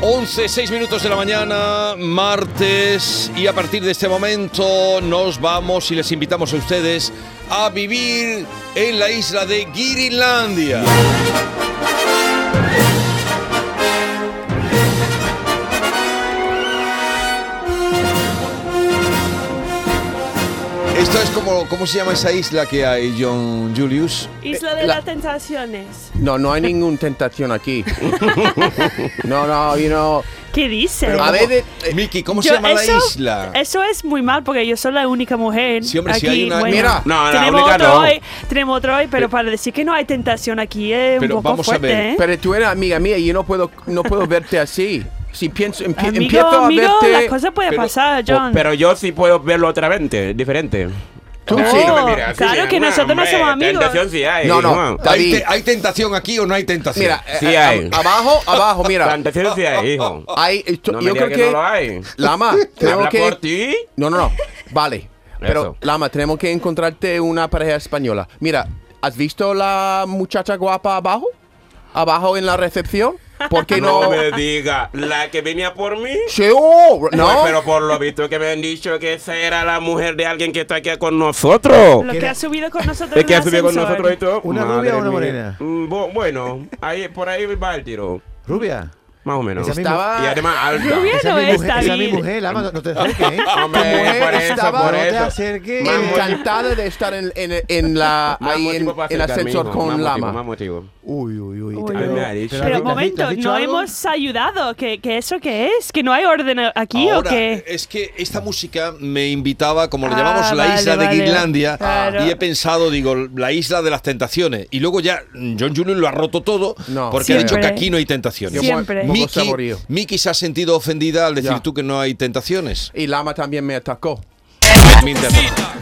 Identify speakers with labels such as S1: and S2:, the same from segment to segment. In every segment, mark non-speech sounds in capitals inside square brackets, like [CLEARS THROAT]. S1: Once, seis minutos de la mañana, martes, y a partir de este momento nos vamos y les invitamos a ustedes a vivir en la isla de Girilandia. Esto es como, ¿cómo se llama esa isla que hay, John Julius?
S2: Isla de
S3: la-
S2: las Tentaciones.
S3: No, no hay ninguna tentación
S4: [LAUGHS]
S3: aquí. No, no, you know.
S2: ¿Qué dice?
S3: a ver, de- eh,
S1: Miki, ¿cómo
S2: Yo-
S1: se llama
S2: eso-
S1: la isla?
S2: Eso es muy mal porque yo soy la única mujer.
S1: Sí, hombre,
S2: aquí,
S1: si hay una-
S2: bueno.
S3: Mira.
S4: No, la
S2: tenemos
S4: única
S2: otro
S4: no.
S2: hoy, tenemos otro hoy, pero para decir que no hay tentación aquí es
S1: Pero
S2: un poco
S1: vamos a
S2: fuerte,
S1: ver.
S2: ¿eh?
S3: pero tú eres amiga mía y yo no puedo, no puedo verte así. Si pienso, empie-
S2: Amigo,
S3: empiezo a
S2: amigo,
S3: verte.
S2: la cosa puede
S1: pero-
S2: pasar,
S4: Oh,
S2: John.
S4: pero yo sí puedo verlo otra vez, diferente.
S3: Tú
S2: Oh,
S3: sí.
S4: me mires así,
S2: claro que
S4: bueno,
S2: nosotros no
S4: hombre,
S2: somos amigos.
S4: Tentación sí hay.
S3: No, no.
S4: Juan.
S1: ¿Hay,
S3: David.
S1: te- hay tentación aquí o no hay tentación?
S3: Mira, eh,
S4: Sí
S3: eh,
S4: hay.
S3: ab- abajo, abajo, mira.
S4: Tentación sí hay, hijo.
S3: Hay, esto-
S4: No me
S3: yo
S4: digas
S3: creo
S4: que,
S3: que,
S4: no lo hay. [LAUGHS]
S3: Lama, tenemos
S4: ¿Habla
S3: que
S4: por ti?
S3: No, no, no. Vale. Pero
S4: Eso.
S3: Lama, tenemos que encontrarte una pareja española. Mira, ¿has visto la muchacha guapa abajo? Abajo en la recepción. ¿Por qué no?
S4: [LAUGHS] No me diga, la que venía por mí.
S3: Sí, oh, no.
S4: Pues, pero por lo visto que me han dicho que esa era la mujer de alguien que está aquí con nosotros.
S2: Lo que ha subido con nosotros.
S4: Es que
S2: en
S4: ha
S2: el
S4: subido con
S2: ascensor.
S4: nosotros y todo.
S5: ¿Una
S4: Madre
S5: rubia o una
S4: mía.
S5: morena?
S4: Mm, bo- Bueno, ahí, por ahí va el tiro.
S5: Rubia.
S4: Más o menos.
S5: Esa misma-
S3: Estaba-
S4: Y además alta.
S2: Rubia
S5: Esa
S2: no
S5: es mi
S2: es,
S5: mujer, esa es mi
S2: David.
S5: mujer, Lama, no- no te acerques, ¿eh?
S4: Hombre,
S3: Tu mujer
S4: por eso,
S3: estaba-
S4: [LAUGHS] por
S5: no te
S4: eso.
S5: acerques.
S4: Más
S5: Mambo-
S4: motivo-
S3: Encantada de estar en, en, en la,
S4: más
S3: ahí en
S4: motivo para
S3: el
S4: acercarme,
S3: ascensor
S4: hijo, más
S3: con
S4: motivo,
S3: Lama.
S4: más motivo.
S5: Uy, uy,
S2: Uy,
S5: uy. te-
S2: uy.
S5: te-
S4: Ay,
S5: te-
S2: Pero
S4: Pero
S5: te- te-
S2: un
S5: te- ¿te
S2: momento,
S5: has dicho
S2: ¿no
S5: algo?
S2: hemos ayudado? ¿Que, que eso qué es? ¿Que no hay orden aquí
S1: Ahora, eh,
S2: o qué?
S1: es que esta música me invitaba, como le
S2: Ah,
S1: llamamos la
S2: vale,
S1: isla de
S2: vale.
S1: Guirlandia,
S2: Claro.
S1: y he pensado, digo, la isla de las tentaciones. Y luego ya mm, John Julius lo ha roto todo
S3: No.
S1: porque ha dicho
S2: Siempre.
S1: que aquí no hay tentaciones.
S3: Yo
S2: Sí, Siempre.
S3: un poco
S1: Miki,
S3: saborío.
S1: Miki se ha sentido ofendida al decir
S3: Ya.
S1: tú que no hay tentaciones.
S3: Y Lama también me atacó.
S1: Me interesa.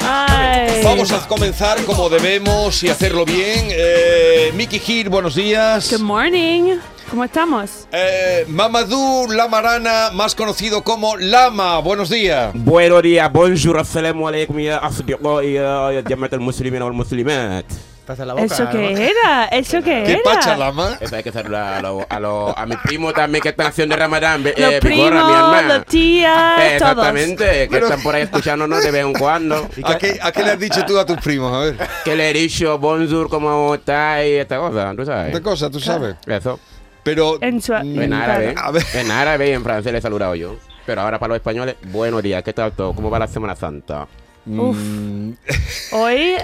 S2: Ay.
S1: Vamos a comenzar como debemos y hacerlo bien. Eh, Miki Gil, buenos días.
S2: Good morning. ¿Cómo estamos?
S1: Eh, Mamadou Lamarana, más conocido como Lama, buenos días.
S4: Buenos días, bonjour, assalamu alaikum, ya asdiqai, ya jamat al muslimin wal muslimat.
S5: Pasa la boca,
S2: ¿Eso
S5: la boca.
S2: qué era? ¿Eso qué
S1: ¿Qué
S2: era?
S1: pacha, Lama?
S4: Eso hay que saludar a, los- a, los- a mis primos también que están haciendo ramadán. be-
S2: Los
S4: eh,
S2: primos,
S4: Bigorra, mi hermana.
S2: los tías,
S4: Eh,
S2: todos.
S4: Exactamente, que están por ahí escuchándonos de vez en
S3: [LAUGHS]
S4: cuando.
S1: ¿A qué, a qué le has dicho tú a tus primos? A ver,
S4: Que le he dicho bonjour, cómo está y esta cosa, tú sabes.
S1: esta cosa, tú sabes.
S4: Eso.
S1: Pero.
S2: En su-
S1: mm,
S4: En árabe,
S1: A ver.
S4: en árabe y en francés le he saludado yo. Pero ahora para los españoles, buenos días, ¿qué tal todo? ¿Cómo va la Semana Santa?
S2: Uf. Hoy,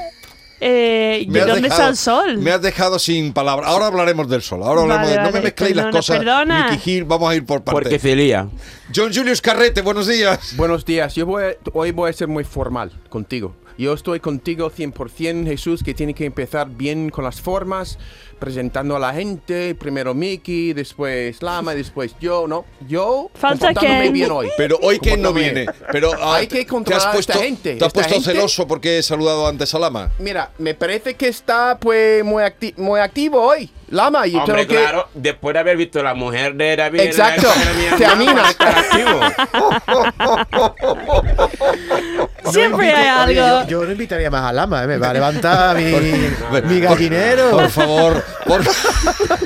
S2: eh,
S1: me
S2: ¿de
S1: has
S2: dónde está
S1: dejado-
S2: el sol?
S1: Me has dejado sin palabras. Ahora hablaremos del sol. Ahora
S2: Vale,
S1: hablamos de- No
S2: vale,
S1: me mezcléis las
S2: perdona,
S1: cosas.
S2: perdona.
S1: Nicky Gil, vamos a ir por partes.
S4: Porque se lía.
S1: John Julius Carrete, buenos días.
S3: Buenos días. Yo voy, hoy voy a ser muy formal contigo. Yo estoy contigo 100%, Jesús, que tiene que empezar bien con las formas, presentando a la gente, primero Mickey, después Lama, después yo, ¿no? Yo
S2: Falta
S3: comportándome
S2: Ken.
S3: bien hoy.
S1: Pero hoy que no
S3: Comportándome
S1: viene.
S3: bien.
S1: Pero ah,
S3: Hay que
S1: te has
S3: controlar a
S1: puesto,
S3: esta gente.
S1: Te has
S3: Esta
S1: puesto
S3: gente-
S1: celoso porque he saludado antes a Lama.
S3: Mira, me parece que está pues muy, acti- muy activo hoy. Lama, yo
S4: Hombre,
S3: tengo que...
S4: claro, después de haber visto la mujer de David.
S3: Exacto.
S4: la mujer de mi
S3: Te
S4: hermano,
S3: animas.
S4: está activo.
S2: Siempre
S5: Yo
S2: hay
S5: invito- oye,
S2: algo.
S5: Yo, yo no invitaría más a Lama, ¿eh? me va a levantar
S4: [LAUGHS]
S5: mi,
S1: Por-
S5: mi gallinero.
S1: Por favor.
S3: [LAUGHS]
S1: por-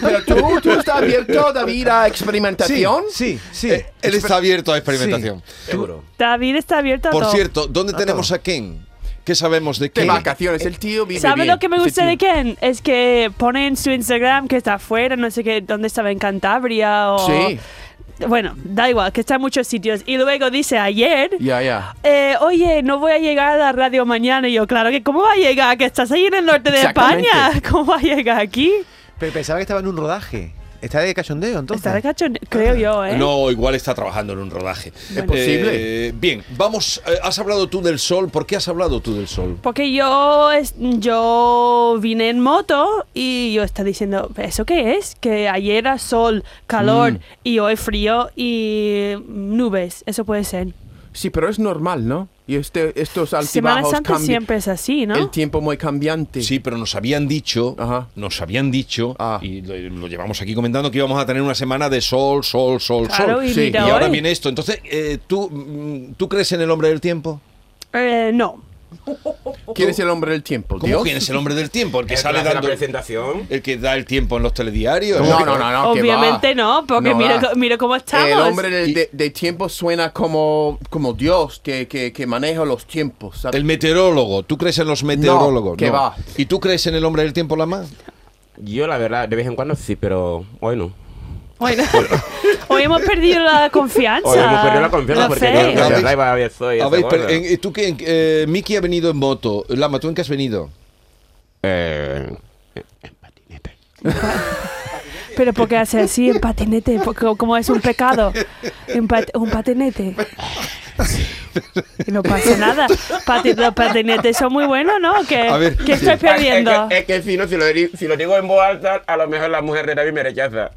S3: Pero tú, tú estás abierto, David, a
S5: sí,
S3: experimentación.
S5: sí, sí.
S1: Eh, Él está abierto a experimentación.
S4: Seguro.
S2: David está abierto a
S1: Por
S2: todo.
S1: cierto, ¿dónde tenemos a Ken? ¿Qué sabemos de
S3: De
S1: Ken?
S3: vacaciones, el tío vive
S2: ¿Sabe
S3: bien.
S2: lo que me
S3: Ese
S2: gusta
S3: tío.
S2: de Ken? Es que pone en su Instagram que está afuera, no sé qué, dónde estaba, en Cantabria o...
S3: Sí,
S2: Bueno, da igual, que está en muchos sitios. Y luego dice ayer...
S3: ya, ya.
S2: eh, oye, no voy a llegar a la radio mañana. Y yo, claro que, ¿cómo va a llegar? Que estás ahí en el norte de
S3: Exactamente.
S2: [LAUGHS] España. ¿Cómo va a llegar aquí?
S5: Pero pensaba que estaba en un rodaje. Está de cachondeo, entonces.
S2: Está de cachón, creo yo, ¿eh?
S1: No, igual está trabajando en un rodaje.
S3: Es posible.
S1: Eh, bien, vamos. eh, has hablado tú del sol. ¿Por qué has hablado tú del sol?
S2: Porque yo, es- yo vine en moto y yo estaba diciendo, ¿eso qué es? Que ayer era sol, calor y hoy frío y nubes. Eso puede ser.
S3: Sí, pero es normal, ¿no? Y este, estos
S2: Semana
S3: altibajos
S2: Santa
S3: cambian.
S2: siempre es así, ¿no?
S3: El tiempo muy cambiante.
S1: Sí, pero nos habían dicho,
S3: Ajá.
S1: nos habían dicho,
S3: Ah.
S1: y lo, lo llevamos aquí comentando, que íbamos a tener una semana de sol, sol, sol,
S2: Claro,
S1: sol.
S2: y
S3: Sí,
S2: mira
S1: ahora
S2: hoy.
S1: viene esto. Entonces, eh, ¿tú, mm, ¿tú crees en el hombre del tiempo?
S2: Eh, no.
S3: ¿Quién es el hombre del tiempo?
S1: ¿Cómo
S3: ¿Dios?
S1: quién es el hombre del tiempo? El que sale
S4: la
S1: dando.
S4: presentación.
S1: El que da el tiempo en los telediarios.
S3: No, no, no, no. Ah, que va.
S2: Obviamente no, porque
S3: No
S2: mira,
S3: va.
S2: co- mira cómo estamos.
S3: El hombre del
S1: Y-
S3: de, de tiempo suena como, como Dios que, que, que maneja los tiempos. ¿sabes?
S1: El meteorólogo. ¿Tú crees en los meteorólogos?
S3: que va.
S1: ¿Y tú crees en el hombre del tiempo, Lama?
S4: Yo, la verdad, de vez en cuando sí, pero hoy no.
S2: Bueno, hoy hemos perdido la confianza.
S4: Hoy hemos perdido la confianza
S2: Lo
S4: porque
S2: sé.
S4: yo, la
S1: ¿Habéis-
S4: verdad, iba a ver soy.
S1: A ver, pero, en- ¿tú qué? en- eh, Miki ha venido en moto. Lama, ¿tú en qué has venido?
S4: Eh. En patinete.
S2: Pero porque hace así en patinete, porque como es un pecado. En pat- un patinete. Y no pasa nada. Pati- los patinetes son muy buenos, ¿no? Que,
S1: A ver,
S2: que estoy perdiendo.
S4: Es que, es que si, no, si, lo, di- si lo digo en voz alta, a lo mejor la mujer de David me rechaza.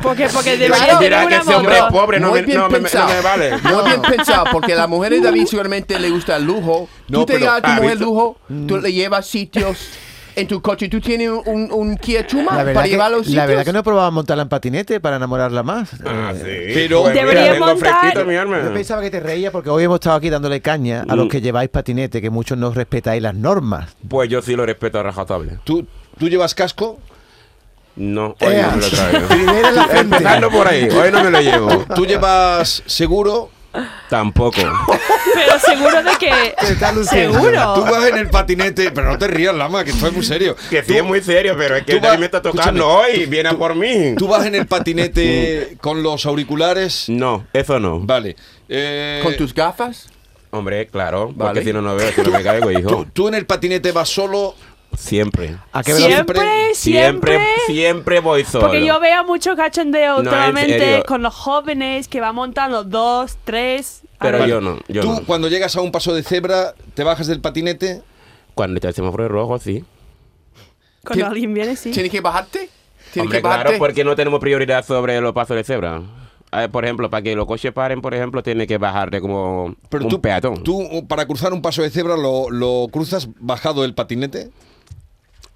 S2: Porque, porque
S4: Dirá
S2: debería tener
S4: eh. que
S2: una
S4: ese hombre es
S2: moto.
S4: pobre, no
S3: Muy
S4: me,
S3: bien
S4: no me- no
S3: pensado. [LAUGHS]
S4: me vale.
S3: Muy bien pensado, porque a la mujer de David seguramente le gusta el lujo.
S1: No,
S3: tú te
S1: pero- Mm.
S3: llevas a tu
S4: Ah,
S3: mujer
S4: ¿visto?
S3: lujo, tú le llevas sitios en tu coche. ¿Tú tienes un, un Kia Chuma
S5: La verdad,
S3: para llevar a los
S5: que, la
S3: sitios?
S5: verdad que no probaba montarla en patinete para enamorarla más.
S4: Ah, sí.
S1: Pero-
S4: mira,
S2: Debería
S4: tengo
S2: montar-
S4: fresquito, mi alma.
S5: Yo pensaba que te reía porque hoy hemos estado aquí dándole caña
S4: Mm.
S5: a los que lleváis patinete, que muchos no respetáis
S4: [LAUGHS]
S5: las normas.
S4: Pues yo sí lo respeto a rajatabla.
S1: ¿Tú, ¿Tú llevas casco?
S4: No, hoy no me lo traigo.
S5: Primero la gente.
S4: [LAUGHS] Empezando por ahí, hoy no me lo llevo. [LAUGHS]
S1: ¿Tú llevas seguro?
S4: Tampoco.
S2: Pero seguro de que.
S5: está luciendo.
S1: Tú
S2: Seguro.
S1: vas en el patinete, pero no te rías, Lama, que esto es muy
S4: [LAUGHS]
S1: serio.
S4: [LAUGHS] Que sí
S1: Tú-
S4: es muy serio, pero es que
S1: tú vas-
S4: David me está tocando hoy, viene a por mí.
S1: ¿Tú vas en el
S4: [LAUGHS]
S1: patinete con los auriculares?
S4: No, eso no.
S1: Vale. Eh,
S3: ¿Con tus gafas?
S4: Hombre, claro, porque
S3: Vale.
S4: si no, no veo, si no me caigo, hijo.
S1: ¿tú, tú en el patinete vas solo?
S4: Siempre.
S5: ¿A qué velocidad?
S2: Siempre, siempre.
S4: Siempre, siempre voy solo.
S2: Porque yo veo mucho cachondeo
S4: No, en
S2: últimamente
S4: serio.
S2: con los jóvenes que van montando dos, tres. a
S4: Pero
S2: ver.
S4: yo no, yo
S1: ¿Tú
S4: no.
S1: cuando llegas a un paso de cebra te bajas del patinete?
S4: Cuando está el semáforo rojo, sí.
S2: Cuando alguien viene, sí.
S3: ¿Tienes que bajarte? ¿Tienes
S4: Hombre,
S3: que bajarte?
S4: claro, porque no tenemos prioridad sobre los pasos de cebra. Ah, Por ejemplo, para que los coches paren, por ejemplo, tiene que bajarte como
S1: Pero
S4: un
S1: tú,
S4: peatón.
S1: tú, uh, para cruzar un paso de cebra lo, lo cruzas bajado del patinete,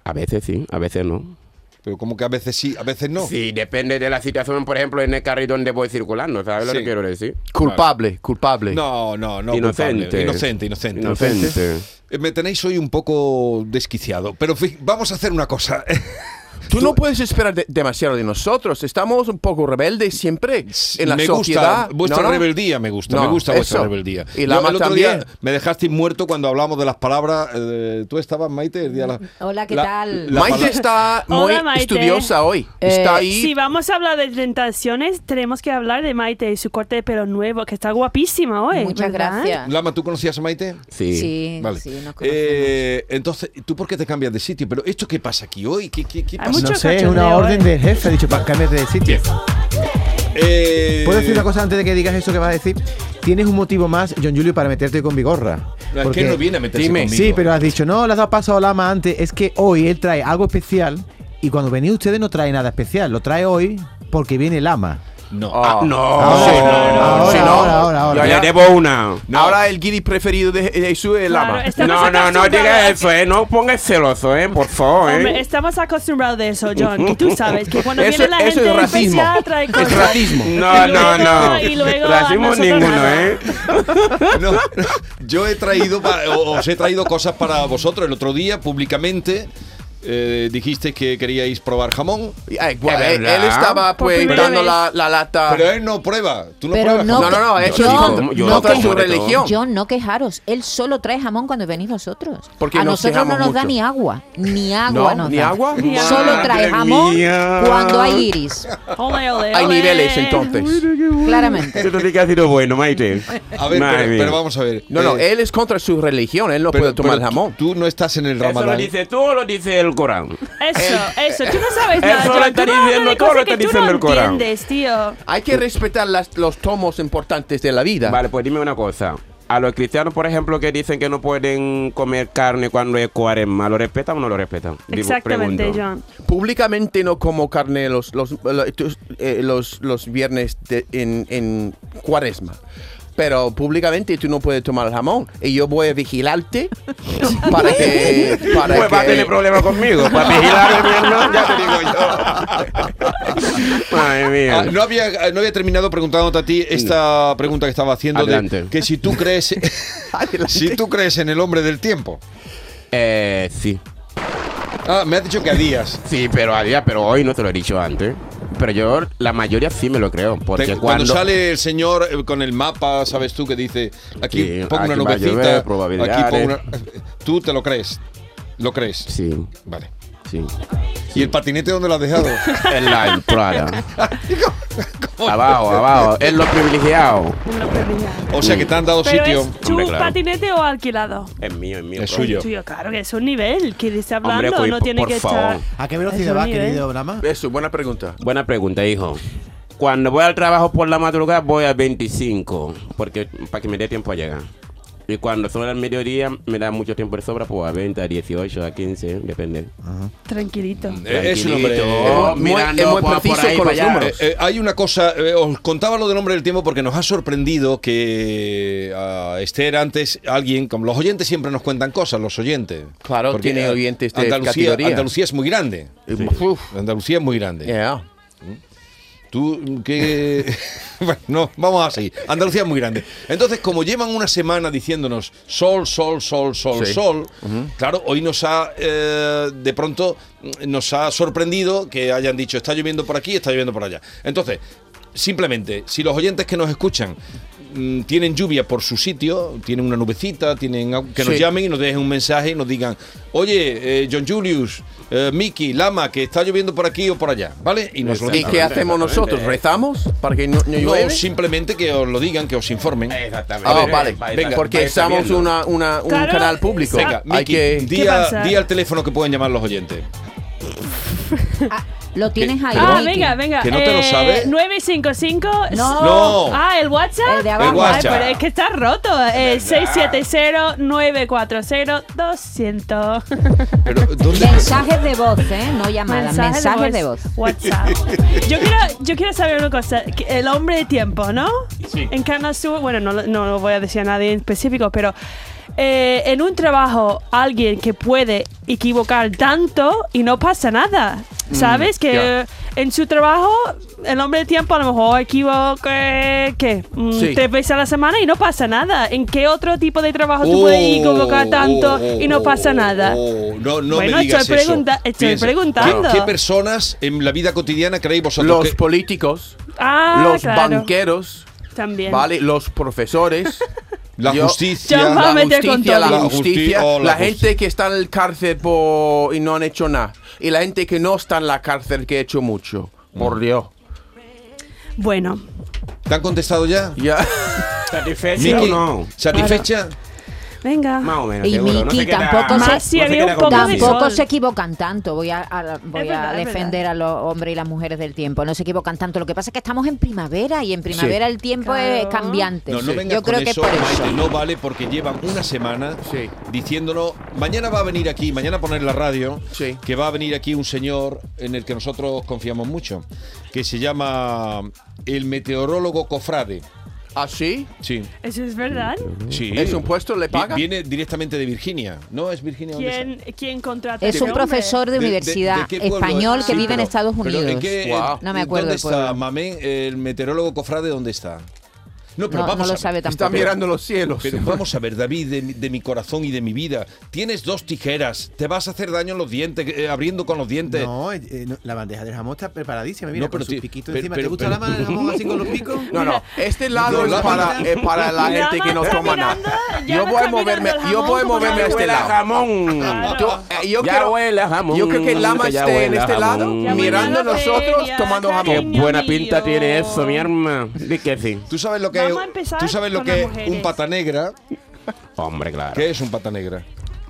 S4: A veces sí, a veces no.
S1: pero como que a veces sí, a veces no.
S4: Sí, depende de la situación, por ejemplo, en el carril donde voy circulando, ¿sabes lo
S1: Sí.
S4: que quiero decir?
S3: Culpable, culpable.
S1: No, no, no.
S4: Inocente.
S1: culpable. Inocente, inocente.
S4: Inocente.
S1: Eh, Me tenéis hoy un poco desquiciado, pero en fin, vamos a hacer una cosa.
S3: Tú no puedes esperar de- demasiado de nosotros. Estamos un poco rebeldes siempre [LAUGHS] en la
S1: me
S3: sociedad.
S1: gusta vuestra
S3: ¿no, no?
S1: rebeldía, me gusta,
S3: No,
S1: me gusta vuestra
S3: eso.
S1: rebeldía.
S3: Y la
S1: Yo, el
S3: más
S1: otro día
S3: también.
S1: me dejasteis muerto cuando hablamos de las palabras. eh, Tú estabas, Maite, el día de la-
S6: Hola, ¿qué
S1: la-
S6: tal?
S1: la
S3: Maite
S1: palabra-
S3: está muy
S2: Hola, Maite.
S3: estudiosa hoy.
S6: Eh,
S3: está ahí.
S2: Si vamos a hablar de tentaciones, tenemos que hablar de Maite y su corte de pelo nuevo, que está guapísima hoy.
S6: Muchas
S2: ¿verdad?
S6: gracias.
S1: Lama, ¿tú conocías a Maite?
S4: Sí.
S6: Sí,
S1: Vale.
S6: sí, nos conocemos.
S1: Eh, entonces, ¿tú por qué te cambias de sitio? ¿Pero esto qué pasa aquí hoy? ¿Qué, qué- qué
S2: Hay
S1: pasa?
S2: mucho
S5: No sé, es una
S2: cachondeo,
S5: orden
S2: ¿eh?
S5: del jefe. Ha dicho, para cámbiate de sitio.
S1: Eh,
S5: ¿Puedo decir una cosa antes de que digas eso que vas a decir? Tienes un motivo más, John Julio, para meterte con Bigorra.
S1: No, es
S5: Porque-
S1: que no viene a meterse
S3: Dime.
S1: conmigo.
S5: Sí, pero has dicho, no, le has dado paso a Olama antes. Es que hoy él trae algo especial y cuando venís ustedes no trae nada especial. Lo trae hoy porque viene Lama.
S1: No.
S3: Ah,
S4: no.
S3: Ahora,
S4: Sí, no, no,
S5: ahora,
S3: sí, no.
S5: ahora, ahora, ahora.
S4: Le debo una.
S1: No.
S3: Ahora el guiri preferido de de Jesús es
S2: Claro,
S3: Lama.
S2: es- Estamos
S4: No, no, no
S2: acostumbrados.
S4: digas eso, eh. No pongas celoso, eh. Por favor,
S2: Hombre,
S4: eh.
S2: estamos acostumbrados de eso, John. Que tú sabes que cuando
S3: Eso-
S2: viene la
S3: eso es
S2: gente
S3: racismo.
S2: especial trae cosas.
S3: Es racismo.
S4: No,
S2: Y luego-
S4: no, no.
S2: y luego a
S4: Racismo
S2: nosotros
S4: ninguno,
S2: nada.
S4: eh.
S1: No, [LAUGHS] no, yo he traído, pa- o- os he traído cosas para vosotros. El otro día, públicamente, eh, dijiste que queríais probar jamón,
S3: Ay, bueno,
S4: Es
S3: él,
S4: verdad.
S3: él estaba
S2: Por
S3: pues
S2: primera
S3: dando
S2: vez.
S3: la, la lata.
S1: pero él no prueba. Tú no
S6: Pero
S1: pruebas
S6: no-
S1: jamón.
S3: Ah. no, no, no, eso
S6: Yo-
S3: es contra-
S6: yo
S3: contra
S6: no
S3: su
S6: como-
S3: religión.
S6: John, no quejaros. Él solo trae jamón cuando venís vosotros.
S3: Porque
S6: a
S3: nos
S6: nosotros no
S3: quejamos
S6: nos da
S3: mucho.
S6: ni agua. Ni agua
S3: No,
S6: nos
S3: ni
S6: da.
S3: agua.
S2: Ni agua.
S6: Solo trae
S4: Madre
S6: jamón
S4: mía.
S6: cuando hay iris.
S2: Ole, ole,
S3: Hay
S2: ole.
S3: niveles entonces.
S6: Claramente.
S4: Eso tiene que ha sido bueno, Maite.
S1: A ver,
S4: Madre
S1: pero,
S4: mía.
S1: pero vamos a ver.
S3: No, no,
S1: Eh,
S3: él es contra su religión, él no
S1: pero-
S3: puede tomar
S1: pero
S3: jamón.
S1: Tú no estás en el
S4: ¿Eso lo
S1: ramadán.
S4: dice tú o lo dice el del Corán.
S2: Eso, eso, tú no
S3: [LAUGHS]
S2: sabes nada.
S4: Eso
S2: Joan,
S4: lo está
S2: tú no hablas
S4: diciendo,
S2: de
S4: todo lo
S2: cosas
S4: está
S2: que tú
S4: diciendo
S2: no
S4: el Corán.
S2: entiendes, tío.
S3: Hay que respetar las- los tomos importantes de la vida.
S4: Vale, pues dime una cosa. A los cristianos, por ejemplo, que dicen que no pueden comer carne cuando es cuaresma, ¿lo respetan o no lo respetan? Digo,
S2: Exactamente,
S4: pregunto.
S2: John.
S3: Públicamente no como carne los, los, eh, tus- eh, los, los viernes de- en, en cuaresma. Pero públicamente tú no puedes tomar el jamón. Y yo voy a
S2: [LAUGHS]
S3: vigilarte para
S1: Eh,
S3: que... Para
S4: Pues va a
S3: que-
S4: tener problemas conmigo.
S1: [LAUGHS]
S4: Para vigilarme, hermano, ya te digo yo. Madre mía.
S1: Ah, no, había, ah, no había terminado preguntándote a ti esta pregunta que estaba haciendo
S4: Adelante.
S1: de que si tú
S4: [LAUGHS]
S1: crees si tú crees en el hombre del tiempo.
S4: Eh, sí.
S1: Ah, me has dicho que a días.
S4: Sí, pero a día, pero hoy no te lo he dicho antes. Pero yo, la mayoría sí me lo creo. Porque
S1: Te- cuando,
S4: cuando,
S1: sale el señor eh, con el mapa, sabes tú que dice aquí
S4: Sí,
S1: pongo una
S4: aquí va a llover,
S1: nubecita,
S4: probabilidades.
S1: aquí pongo una- [LAUGHS] tú te lo crees. Lo crees.
S4: Sí,
S1: Vale.
S4: sí.
S1: ¿Y el patinete dónde lo has dejado?
S4: En la [LAUGHS] entrada. abajo, abajo. Es lo privilegiado.
S2: Una perrilla.
S1: o sea que te han dado
S2: [LAUGHS] Pero
S1: sitio.
S2: es chu
S4: Hombre, claro.
S2: patinete o alquilado.
S4: Es mío, es mío.
S1: Es
S4: bro.
S1: suyo.
S2: Tuyo, claro que es un nivel que le está hablando,
S4: Hombre,
S2: no
S4: por-
S2: tiene
S4: por
S2: que
S4: favor.
S2: estar.
S5: ¿A qué
S2: Es
S5: velocidad
S2: un
S5: va,
S2: nivel.
S5: querido Brahma?
S3: Eso, buena pregunta.
S4: Buena pregunta, hijo. Cuando voy al trabajo por la madrugada voy a 25, porque para que me dé tiempo a llegar. Y cuando son al mediodía me da mucho tiempo de sobra, pues a 20, a 18, a 15, depende.
S3: Ah,
S2: Tranquilito.
S1: Eh, es un hombre.
S4: Tranquilito,
S3: muy-
S4: mirando
S3: es muy
S4: por- por
S3: preciso
S4: ahí
S3: con
S4: para
S3: los
S4: allá.
S3: números.
S1: Eh, eh, hay una cosa, eh, os contaba lo del hombre del tiempo porque nos ha sorprendido que a Esther antes alguien, como los oyentes siempre nos cuentan cosas, los oyentes.
S3: Claro, tiene
S1: eh,
S3: oyentes de
S1: Andalucía,
S3: categoría. Eh,
S1: Andalucía es muy grande.
S3: Uf,
S1: Andalucía es muy grande.
S3: yeah.
S1: Tú, que. [LAUGHS] bueno, no, vamos así. Andalucía es muy grande. Entonces, como llevan una semana diciéndonos sol, sol, sol, sol,
S3: Sí.
S1: sol, claro, hoy nos ha. eh, de pronto mm, nos ha sorprendido que hayan dicho está lloviendo por aquí, está lloviendo por allá. Entonces, simplemente, si los oyentes que nos escuchan. mm, Tienen lluvia por su sitio, tienen una nubecita, tienen algo- que nos
S3: Sí.
S1: llamen y nos dejen un mensaje y nos digan, oye, eh, John Julius, eh, Mickey, Lama, que está lloviendo por aquí o por allá, ¿vale? Y nos lo
S3: ¿Y
S1: dicen.
S3: qué hacemos nosotros? ¿Rezamos para que no, no
S1: No,
S3: llueve?
S1: simplemente que os lo digan, que os informen.
S4: Exactamente.
S3: Ah, vale.
S1: venga,
S3: porque estamos una, una- un
S2: Claro,
S3: canal público.
S1: Venga,
S3: Hay
S1: Miki,
S3: que...
S1: di,
S2: ¿Qué
S1: a-
S2: pasa?
S1: di al teléfono que pueden llamar los oyentes.
S6: Lo tienes ahí.
S2: Ah,
S6: Ricky.
S2: venga, venga. eh,
S1: que no te lo sabes.
S2: 955.
S6: No.
S1: No.
S2: Ah, el WhatsApp.
S6: El de abajo. El
S1: WhatsApp.
S2: Ay, pero es que está roto. Eh, 670-940-200.
S1: Pero, ¿dónde?
S6: Mensajes de voz, ¿eh? No llamadas, mensajes de voz.
S2: WhatsApp. Yo quiero, yo quiero saber una cosa. que El hombre de tiempo, ¿no? Sí. En Canal Sur, bueno, no, lo- no lo voy a decir a nadie en específico, pero eh, en un trabajo alguien que puede equivocar tanto y no pasa nada. ¿Sabes? que
S3: ya.
S2: eh, en su trabajo el hombre de tiempo a lo mejor equivoque ¿qué? Mm,
S3: Sí.
S2: tres veces a la semana y no pasa nada. ¿En qué otro tipo de trabajo tú
S1: Oh,
S2: puedes equivocar tanto
S1: oh,
S2: y no pasa
S1: oh,
S2: nada?
S1: oh, no, no
S2: Bueno,
S1: me digas
S2: estoy
S1: eso.
S2: pregunta- estoy
S1: Piensa,
S2: preguntando.
S1: ¿Qué, qué personas en la vida cotidiana creéis vosotros
S3: Los
S1: que-
S3: políticos,
S2: Ah,
S3: los
S2: claro.
S3: banqueros,
S2: También.
S3: ¿vale?
S2: [LAUGHS]
S3: Los profesores,
S1: la
S3: Yo-
S1: justicia...
S2: Yo-
S3: la
S2: a meter con
S3: justicia,
S2: todo.
S3: la
S1: La justi-
S3: justicia,
S1: oh, la
S3: la
S1: justi-
S3: gente que está en el cárcel por- y no han hecho nada. Y la gente que no está en la cárcel que ha hecho mucho. Por Dios.
S2: Bueno,
S1: ¿Te han contestado ya?
S3: Ya. [LAUGHS]
S4: ¿Satisfecho o
S1: Miki,
S4: no?
S1: ¿Satisfecha?
S2: venga.
S4: Más o menos,
S6: Y
S4: seguro. no
S6: Miki
S4: se queda-
S6: tampoco
S2: se-
S4: no
S2: si había
S4: queda
S2: un poco de
S4: convencido.
S2: sol.
S6: Tampoco se equivocan tanto. Voy a, a- voy
S2: Es verdad,
S6: a
S2: es
S6: defender a los hombres y las mujeres del tiempo. No se equivocan tanto. Lo que pasa es que estamos en primavera y en primavera el tiempo es
S2: Claro.
S6: cambiante.
S1: No, no vengas
S6: Yo creo
S1: con
S6: que es
S1: eso,
S6: por eso.
S1: Maite, no vale porque llevan una semana
S3: Sí.
S1: diciéndonos, mañana va a venir aquí, mañana a poner la radio,
S3: Sí.
S1: que va a venir aquí un señor en el que nosotros confiamos mucho, que se llama eh, el meteorólogo Cofrade.
S3: ¿Así?
S1: Sí,
S2: Eso es verdad.
S6: Mm.
S1: sí.
S3: ¿Ah, ¿Es un puesto? ¿Le
S1: Vi-
S3: pagan?
S1: Viene directamente de Virginia, ¿no? ¿Es Virginia? dónde está?
S2: ¿Quién, quién contrata a
S6: Es
S2: ese
S6: un
S2: hombre?
S6: profesor de
S1: ¿De- de-
S6: universidad
S1: de qué pueblo
S6: español
S1: es?
S6: que
S1: Sí,
S6: vive en
S1: pero-
S6: Estados
S1: pero
S6: Unidos.
S1: ¿en qué-
S3: Wow.
S6: No me acuerdo
S1: ¿Dónde
S6: el
S1: está
S6: pueblo.
S1: Mamé, el meteorólogo Cofrade, dónde está? No, pero
S6: No,
S1: vamos
S6: no
S1: a
S6: lo
S1: ver.
S6: sabe
S3: Está
S6: tampoco.
S3: mirando los cielos.
S1: Pero vamos a ver, David, de, mi- de mi corazón y de mi vida. Tienes dos tijeras, te vas a hacer daño en los dientes, eh, abriendo con los dientes.
S5: No, eh, eh, no, la bandeja del jamón está preparadísima, mira,
S1: No, pero
S5: con
S1: tío,
S5: sus piquitos
S1: pero-
S5: encima.
S1: pero-
S5: ¿Te gusta
S1: pero-
S5: la mano del jamón así con
S1: [LAUGHS]
S5: los picos?
S3: No, no, este lado
S1: No,
S3: es para,
S5: la-
S3: es para la
S2: Ya
S3: gente que no
S2: está
S3: toma
S2: mirando,
S3: nada.
S2: ya
S3: Yo
S2: me
S3: voy a
S2: está
S3: moverme,
S2: mirando el
S3: yo
S2: jamón
S3: voy a
S2: como no
S3: moverme a
S4: Ya
S3: este
S4: huele a
S3: lado.
S4: jamón.
S2: Claro.
S3: Yo, eh, yo
S4: Ya
S3: creo,
S4: huele a jamón.
S3: yo creo que Lama
S4: Ya
S3: esté en
S4: huele a
S3: este lado,
S4: jamón.
S2: Ya huele
S3: mirando
S2: a
S3: a nosotros,
S2: feria,
S3: tomando
S4: Qué
S3: jamón.
S2: cariño.
S4: buena pinta
S2: mío.
S4: tiene eso, mi hermana. Di que sí.
S1: Tú sabes lo que
S2: Vamos
S1: es-
S2: a empezar
S1: tú sabes lo
S2: con
S1: que
S2: las
S1: es
S2: mujeres.
S1: un pata negra,
S4: Hombre, claro.
S1: ¿qué es un pata negra?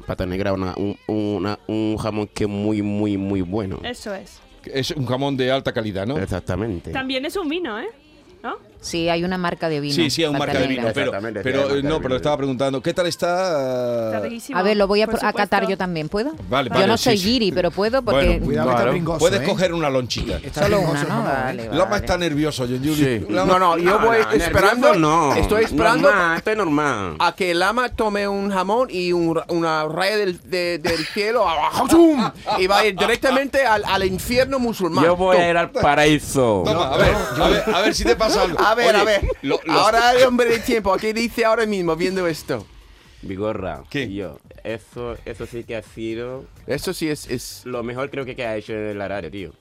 S4: pata negra, una, un, una- un jamón que es muy, muy, muy bueno.
S2: Eso es.
S1: Es un jamón de alta calidad, ¿no?
S4: Exactamente.
S2: También es un vino, ¿eh? ¿No?
S6: Sí, hay una marca de vino.
S1: Sí, sí, es un
S6: Pata
S1: marca de
S6: Negra.
S1: vino, pero,
S4: Exactamente, sí, hay
S1: pero eh,
S4: marca de
S1: no, pero
S4: vino.
S1: le estaba preguntando, ¿qué tal
S2: Está
S1: está? eh,
S2: riquísimo.
S6: A ver, lo voy a,
S2: Por
S6: pro- a catar
S2: supuesto. [LAUGHS]
S6: yo también, ¿puedo?
S1: Vale,
S6: yo
S1: vale,
S6: no
S1: sí,
S6: soy
S1: sí.
S6: giri, pero puedo porque...
S1: Bueno,
S5: Cuidado que está
S3: Claro.
S5: pringoso,
S1: Puedes
S5: ¿eh?
S1: coger una lonchita.
S5: Está
S6: Solo una,
S5: pringoso el
S6: ¿no?
S5: jamón, ¿eh?
S6: Vale,
S1: Lama
S6: vale.
S1: está nervioso, John Judy.
S3: Sí.
S1: Lama-
S3: No, no, yo
S4: No,
S3: voy
S4: Ah, no,
S3: esperando.
S4: nervioso No,
S3: Estoy esperando
S4: Normal, estoy normal.
S3: a que el ama tome un jamón y un ra- una raya del, de- del cielo abajo, ¡zum! y va a ir directamente al, al infierno musulmán.
S4: Yo voy a ir al paraíso.
S1: Toma, a ver, a ver, a ver si te pasa algo.
S3: A ver,
S1: Oye,
S3: a ver.
S1: lo- los-
S3: Ahora el hombre de tiempo, ¿qué dice ahora mismo viendo esto?
S4: Vigorra.
S1: ¿Qué?
S4: Yo, eso, eso sí que ha sido
S3: Eso sí es, es
S4: lo mejor creo que, que ha hecho el Arario, tío.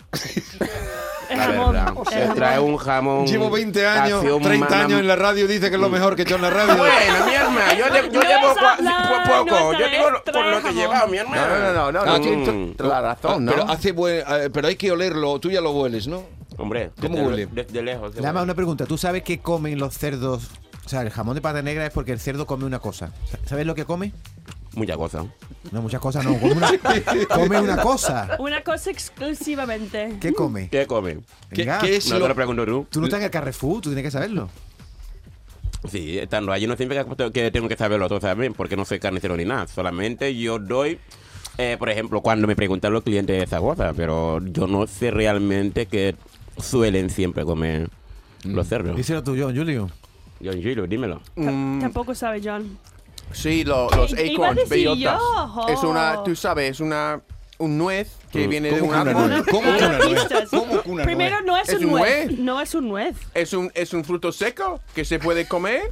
S2: El
S4: La
S2: jamón.
S4: verdad.
S2: el
S4: Se
S2: jamón.
S4: trae un jamón.
S1: Llevo 20 años,
S4: casi un
S1: 30
S4: mana-
S1: años en la radio, dice que es lo mejor que he hecho en la radio.
S4: [LAUGHS] Bueno, mi hermana, yo, lle- yo
S2: No
S4: llevo
S2: es
S4: cua-
S2: hablar,
S4: po- poco.
S2: no es
S4: yo digo lo- por
S2: trae
S4: lo que he
S2: jamón.
S4: llevado, mi
S3: No, no,
S4: hermana.
S3: no, no, no,
S1: Ah,
S3: no,
S1: sí,
S3: tú-
S4: Mm.
S3: tú- la razón, ¿no?
S1: pero, hace buen- eh, pero hay que olerlo, tú ya lo hueles, ¿no?
S4: Hombre,
S1: ¿Cómo
S4: desde,
S1: huele?
S4: desde lejos. se
S5: Lama,
S4: huele.
S5: una pregunta. ¿Tú sabes qué comen los cerdos? O sea, el jamón de pata negra es porque el cerdo come una cosa. ¿Sabes lo que come?
S4: Mucha cosa.
S5: No, muchas cosas no.
S1: [LAUGHS]
S5: Come una, come una cosa.
S2: Una cosa exclusivamente.
S5: ¿Qué come?
S4: ¿Qué come?
S1: ¿Qué,
S5: Venga.
S1: qué es
S4: No te
S1: lo-
S4: lo pregunto tú.
S5: Tú no estás en el Carrefour, tú tienes que saberlo.
S4: Sí, estando allí no siempre que- que tengo que saberlo todo también, porque no soy carnicero ni nada. Solamente yo doy, eh, por ejemplo, cuando me preguntan los clientes esa cosa, pero yo no sé realmente qué suelen siempre comer
S1: Mm.
S4: los cerdos.
S5: Díselo tú,
S2: [LAUGHS]
S5: John, Julio.
S4: John Gilo, dímelo.
S3: Mm,
S2: Tampoco sabe John.
S3: sí, lo- los
S2: I- iba a
S3: acorns,
S2: decir
S3: bellotas.
S2: yo, jo.
S3: Es una, tú sabes, es una un nuez que
S4: Mm.
S3: viene
S6: Eh,
S3: de
S1: ¿Cómo
S3: un
S1: que una
S3: árbol.
S1: nuez?
S6: Ah,
S1: ¿Cómo que una
S2: Una
S1: nuez?
S2: pistas.
S1: ¿Cómo que una nuez?
S2: Primero no es,
S3: ¿Es
S2: un
S3: un
S2: nuez.
S3: nuez?
S2: No es un nuez.
S3: Es un es un fruto seco que se puede comer.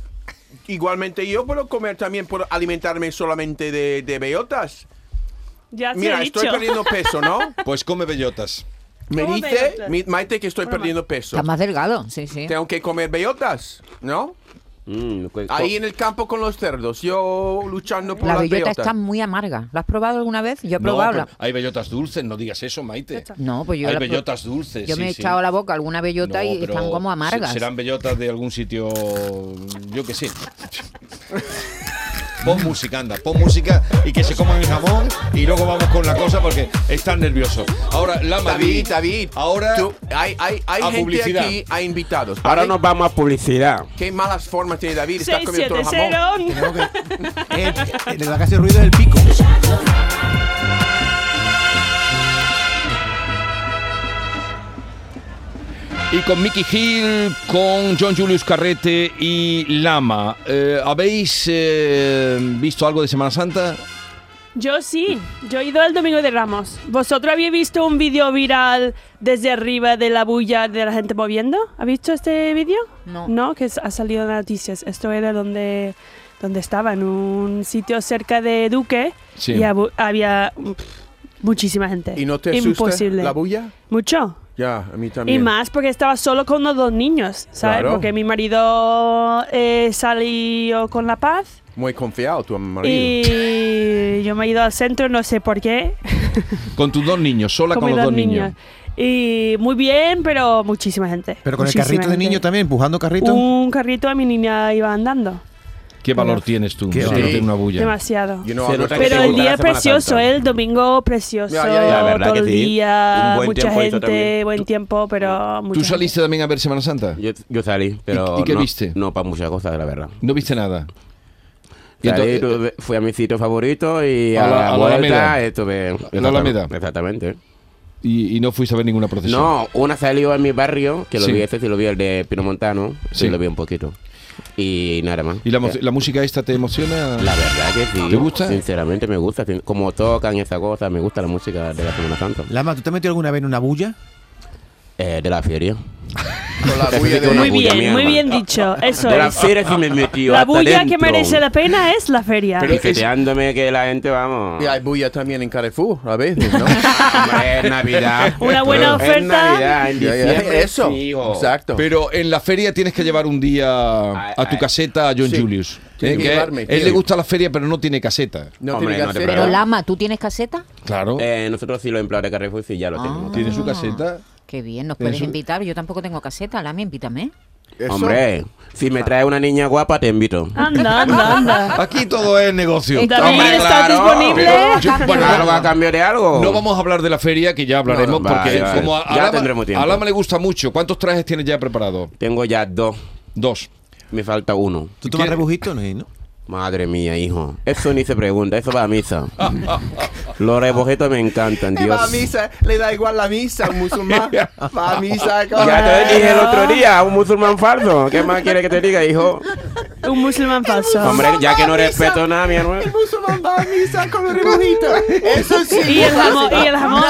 S3: Igualmente yo puedo comer también por alimentarme solamente de, de bellotas.
S2: Ya
S3: Mira,
S2: se ha
S3: estoy
S2: dicho.
S3: perdiendo peso,
S2: [LAUGHS]
S3: ¿no?
S1: Pues come
S6: [LAUGHS]
S1: bellotas.
S3: Me
S2: ¿Cómo
S3: dice
S2: bellotas?
S3: mi- Maite que estoy perdiendo peso.
S6: Está más delgado, sí, sí.
S3: Tengo que comer bellotas, ¿no?
S4: Mm, cu-
S3: Ahí en el campo con los cerdos, yo luchando por
S6: Oh. La
S3: las
S6: bellota
S3: bellotas.
S6: está muy amarga. ¿La has probado alguna vez? Yo
S1: No,
S6: he probado
S1: pero
S6: la...
S1: hay bellotas dulces, no digas eso, Maite.
S6: No, pues yo
S1: hay
S6: la pro-
S1: bellotas dulces.
S6: Yo me he
S1: sí, sí.
S6: echado a la boca alguna bellota
S1: No,
S6: y
S1: pero
S6: están como amargas.
S1: se- Serán bellotas de algún sitio, yo qué sé. Pon música, anda, pon música y que se coman el jamón y luego vamos con la cosa porque están nerviosos. Ahora, Lama, di-
S3: David, David,
S1: ahora
S3: tú- hay, hay, hay
S1: a
S3: gente
S1: publicidad.
S3: aquí, hay invitados. ¿vale?
S4: Ahora nos vamos a publicidad.
S3: Qué malas formas tiene David, está comiendo todo el jamón.
S2: 670.
S5: Tenemos que. Eh, eh, lo que hace ruido es el pico.
S1: y con Mickey Hill, con John Julius Carrete y Lama. Eh, ¿Habéis eh, visto algo de Semana Santa?
S2: Yo sí, yo he ido el domingo de Ramos. ¿Vosotros habéis visto un vídeo viral desde arriba de la bulla de la gente moviendo? ¿Habéis visto este vídeo?
S6: No.
S2: No, que es- ha salido en las noticias. Esto era donde, donde estaba, en un sitio cerca de Duque.
S1: Sí.
S2: Y abu- había mm, muchísima gente.
S3: ¿Y no te asusta
S2: Imposible.
S3: la bulla?
S2: Mucho.
S3: Ya, a mí
S2: Y
S3: también.
S2: más porque estaba solo con los dos niños, ¿sabes?
S3: Claro.
S2: Porque mi marido eh, salió con la paz
S3: Muy confiado tu marido.
S2: y yo me he ido al centro, no sé por qué.
S1: Con tus dos niños, sola con
S2: mis
S1: los dos niños.
S2: Y muy bien, pero muchísima gente.
S5: Pero con el
S2: muchísima
S5: carrito de
S2: gente.
S5: niño también, empujando carrito.
S1: Uh.
S2: Un carrito a mi niña iba andando.
S1: ¿Qué valor tienes tú?
S5: Qué
S1: Yo
S5: valor.
S1: quiero tener una bulla.
S2: Demasiado.
S3: Yo no
S4: Se
S3: hablo
S4: nota
S3: español.
S2: Pero el
S4: seguro que
S2: día
S4: la
S2: es
S4: Semana
S2: precioso,
S4: Santa.
S2: ¿eh? el domingo precioso,
S3: Ya, ya, ya,
S4: la verdad
S2: todo
S4: que
S2: el
S4: sí.
S2: día,
S4: Un buen
S2: mucha
S4: tiempo hizo
S2: gente,
S4: también.
S2: buen tiempo, pero mucha
S1: ¿Tú
S2: gente.
S1: saliste también a ver Semana Santa?
S4: Yo, yo salí, pero.
S1: ¿Y- y qué
S4: no,
S1: viste?
S4: No, para muchas cosas, la verdad.
S1: No viste nada. Y
S4: Salí,
S1: entonces- eh,
S4: tuve- fui a mi sitio favorito y a,
S1: A la-
S4: la,
S1: a la Alameda.
S4: vuelta estuve.
S1: la Alameda.
S4: Exactamente.
S1: y, y no fuiste a ver ninguna procesión.
S4: No, una salió en mi barrio, que lo
S1: Sí.
S4: vi ese, sí lo vi el de Pino Montano, sí.
S1: Sí.
S4: lo vi un poquito. Y nada más.
S1: ¿Y la, mo-
S4: Eh,
S1: la música esta te emociona?
S4: la verdad que sí.
S1: ¿Te gusta?
S4: Sinceramente me gusta. sin- Como tocan esa cosa, me gusta la música de la Semana Santa.
S5: Lama, ¿tú te has metido alguna vez en una bulla?
S4: Eh, de la feria.
S3: [LAUGHS] Con la
S4: Te
S3: bulla
S4: digo
S3: de...
S4: una
S2: Muy
S4: bulla, mi
S2: bien, muy
S4: hermano.
S2: bien dicho, eso
S4: De la
S2: es.
S4: feria sí me metí.
S2: La
S4: hasta
S2: bulla que
S4: dentro.
S2: merece la pena es la feria.
S1: Pero-
S4: Piqueteándome que la gente, vamos.
S3: Y hay bulla también en Carrefour, a veces,
S4: [LAUGHS]
S3: ¿no?
S4: Hombre, es Navidad.
S2: [LAUGHS] Una buena
S4: En
S2: oferta.
S4: Navidad, en
S3: Ya, ya,
S4: diciembre,
S3: Eso,
S4: sí, hijo.
S3: exacto.
S1: Pero en la feria tienes que llevar un día
S4: Ay,
S1: a tu
S4: ay.
S1: caseta a John
S3: Sí.
S1: Julius.
S3: Tiene
S1: Eh,
S3: que
S1: que
S3: llevarme,
S1: él
S3: tío.
S1: le gusta la feria, pero no tiene caseta.
S3: no
S4: Hombre,
S3: tiene que
S4: no te
S3: hacer...
S6: Pero
S4: Claro.
S6: Lama, ¿tú tienes caseta?
S1: Claro.
S4: Eh, nosotros sí los empleados de Carrefour sí ya lo
S6: Ah.
S4: tenemos.
S1: ¿Tiene su caseta?
S6: Qué bien, nos puedes
S5: Eso-
S6: invitar. Yo tampoco tengo caseta, Lami, invítame.
S3: Eso-
S4: Hombre, si me traes una niña guapa, te invito.
S3: Ah.
S2: Anda, anda, anda.
S1: Aquí todo es negocio.
S2: Y también
S4: Hombre,
S2: está
S4: claro.
S2: disponible.
S4: Pero
S1: yo- bueno,
S4: Claro, va a cambiar de algo.
S1: No vamos a hablar de la feria, que ya hablaremos,
S4: No, no,
S1: porque
S4: vale, vale.
S1: como a, a
S4: Ya
S1: Lama-
S4: tendremos tiempo.
S1: a Lama le gusta mucho. ¿Cuántos trajes tienes ya preparado?
S4: Tengo ya dos.
S1: Dos.
S4: Me falta uno.
S5: Tú tomas
S1: ¿Qué?
S5: rebujitos, ¿no?
S4: Madre mía, hijo. Eso ni se pregunta, eso va a [LAUGHS] misa. Los rebojetos me encantan,
S3: Eh, Va a
S4: Dios.
S3: misa, le da igual la misa, un
S4: [LAUGHS]
S3: musulmán. Va a misa, con-
S4: Ya te dije el otro día, un musulmán falso. ¿Qué más quiere que te diga, hijo?
S2: Un musulmán falso.
S4: Hombre, ya que no respeto nada, mi hermano.
S3: El musulmán va a misa con el rebujito. Eso sí.
S2: Y el jamón, y el jamón.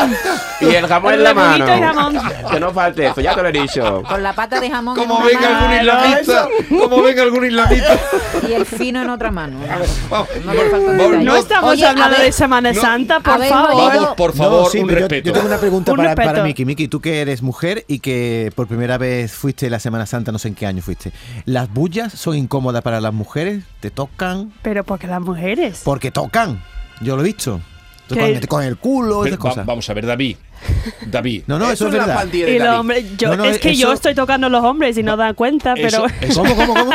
S4: Y el jamón
S2: El
S4: en la
S2: rebujito
S4: mano.
S2: y jamón.
S4: Que no falte eso, ya te lo he dicho.
S6: Con la pata de jamón
S1: [LAUGHS]
S6: en
S1: Como
S6: una
S1: venga
S6: mano
S1: algún islamista, como venga algún islamista.
S2: [LAUGHS]
S6: y el fino en otra mano.
S1: Vamos,
S6: No le falta un
S1: vamos,
S6: detalle.
S2: No estamos
S6: Oye, a
S2: hablando
S6: ver,
S2: de Semana
S1: no,
S2: Santa, por
S6: habéis
S2: favor.
S6: oído-
S1: Vamos, por favor,
S5: No, sí,
S1: un
S5: pero yo-
S1: respeto.
S5: Yo, tengo una pregunta
S2: Un
S5: para, para
S2: respeto.
S5: Miki. Miki, tú que eres mujer y que por primera vez fuiste la Semana Santa, no sé en qué año fuiste. ¿Las bullas son incómodas para las mujeres? ¿Te tocan?
S2: Pero porque las mujeres.
S5: Porque tocan. Yo lo he visto. Con
S2: ¿Qué?
S5: el, con el culo,
S1: Pero
S5: esas
S1: va-
S5: cosas.
S1: vamos a ver, David. David.
S5: No, no, eso,
S3: Eso
S5: es
S3: es la
S5: verdad.
S3: pandilla de
S2: Y los
S3: Dalí.
S2: hombres, yo,
S5: No, no,
S2: es que
S5: eso-
S2: yo estoy tocando a los hombres y no dan cuenta, Ah, pero
S1: Eso-
S2: [LAUGHS]
S1: eso-
S5: ¿Cómo, cómo, cómo?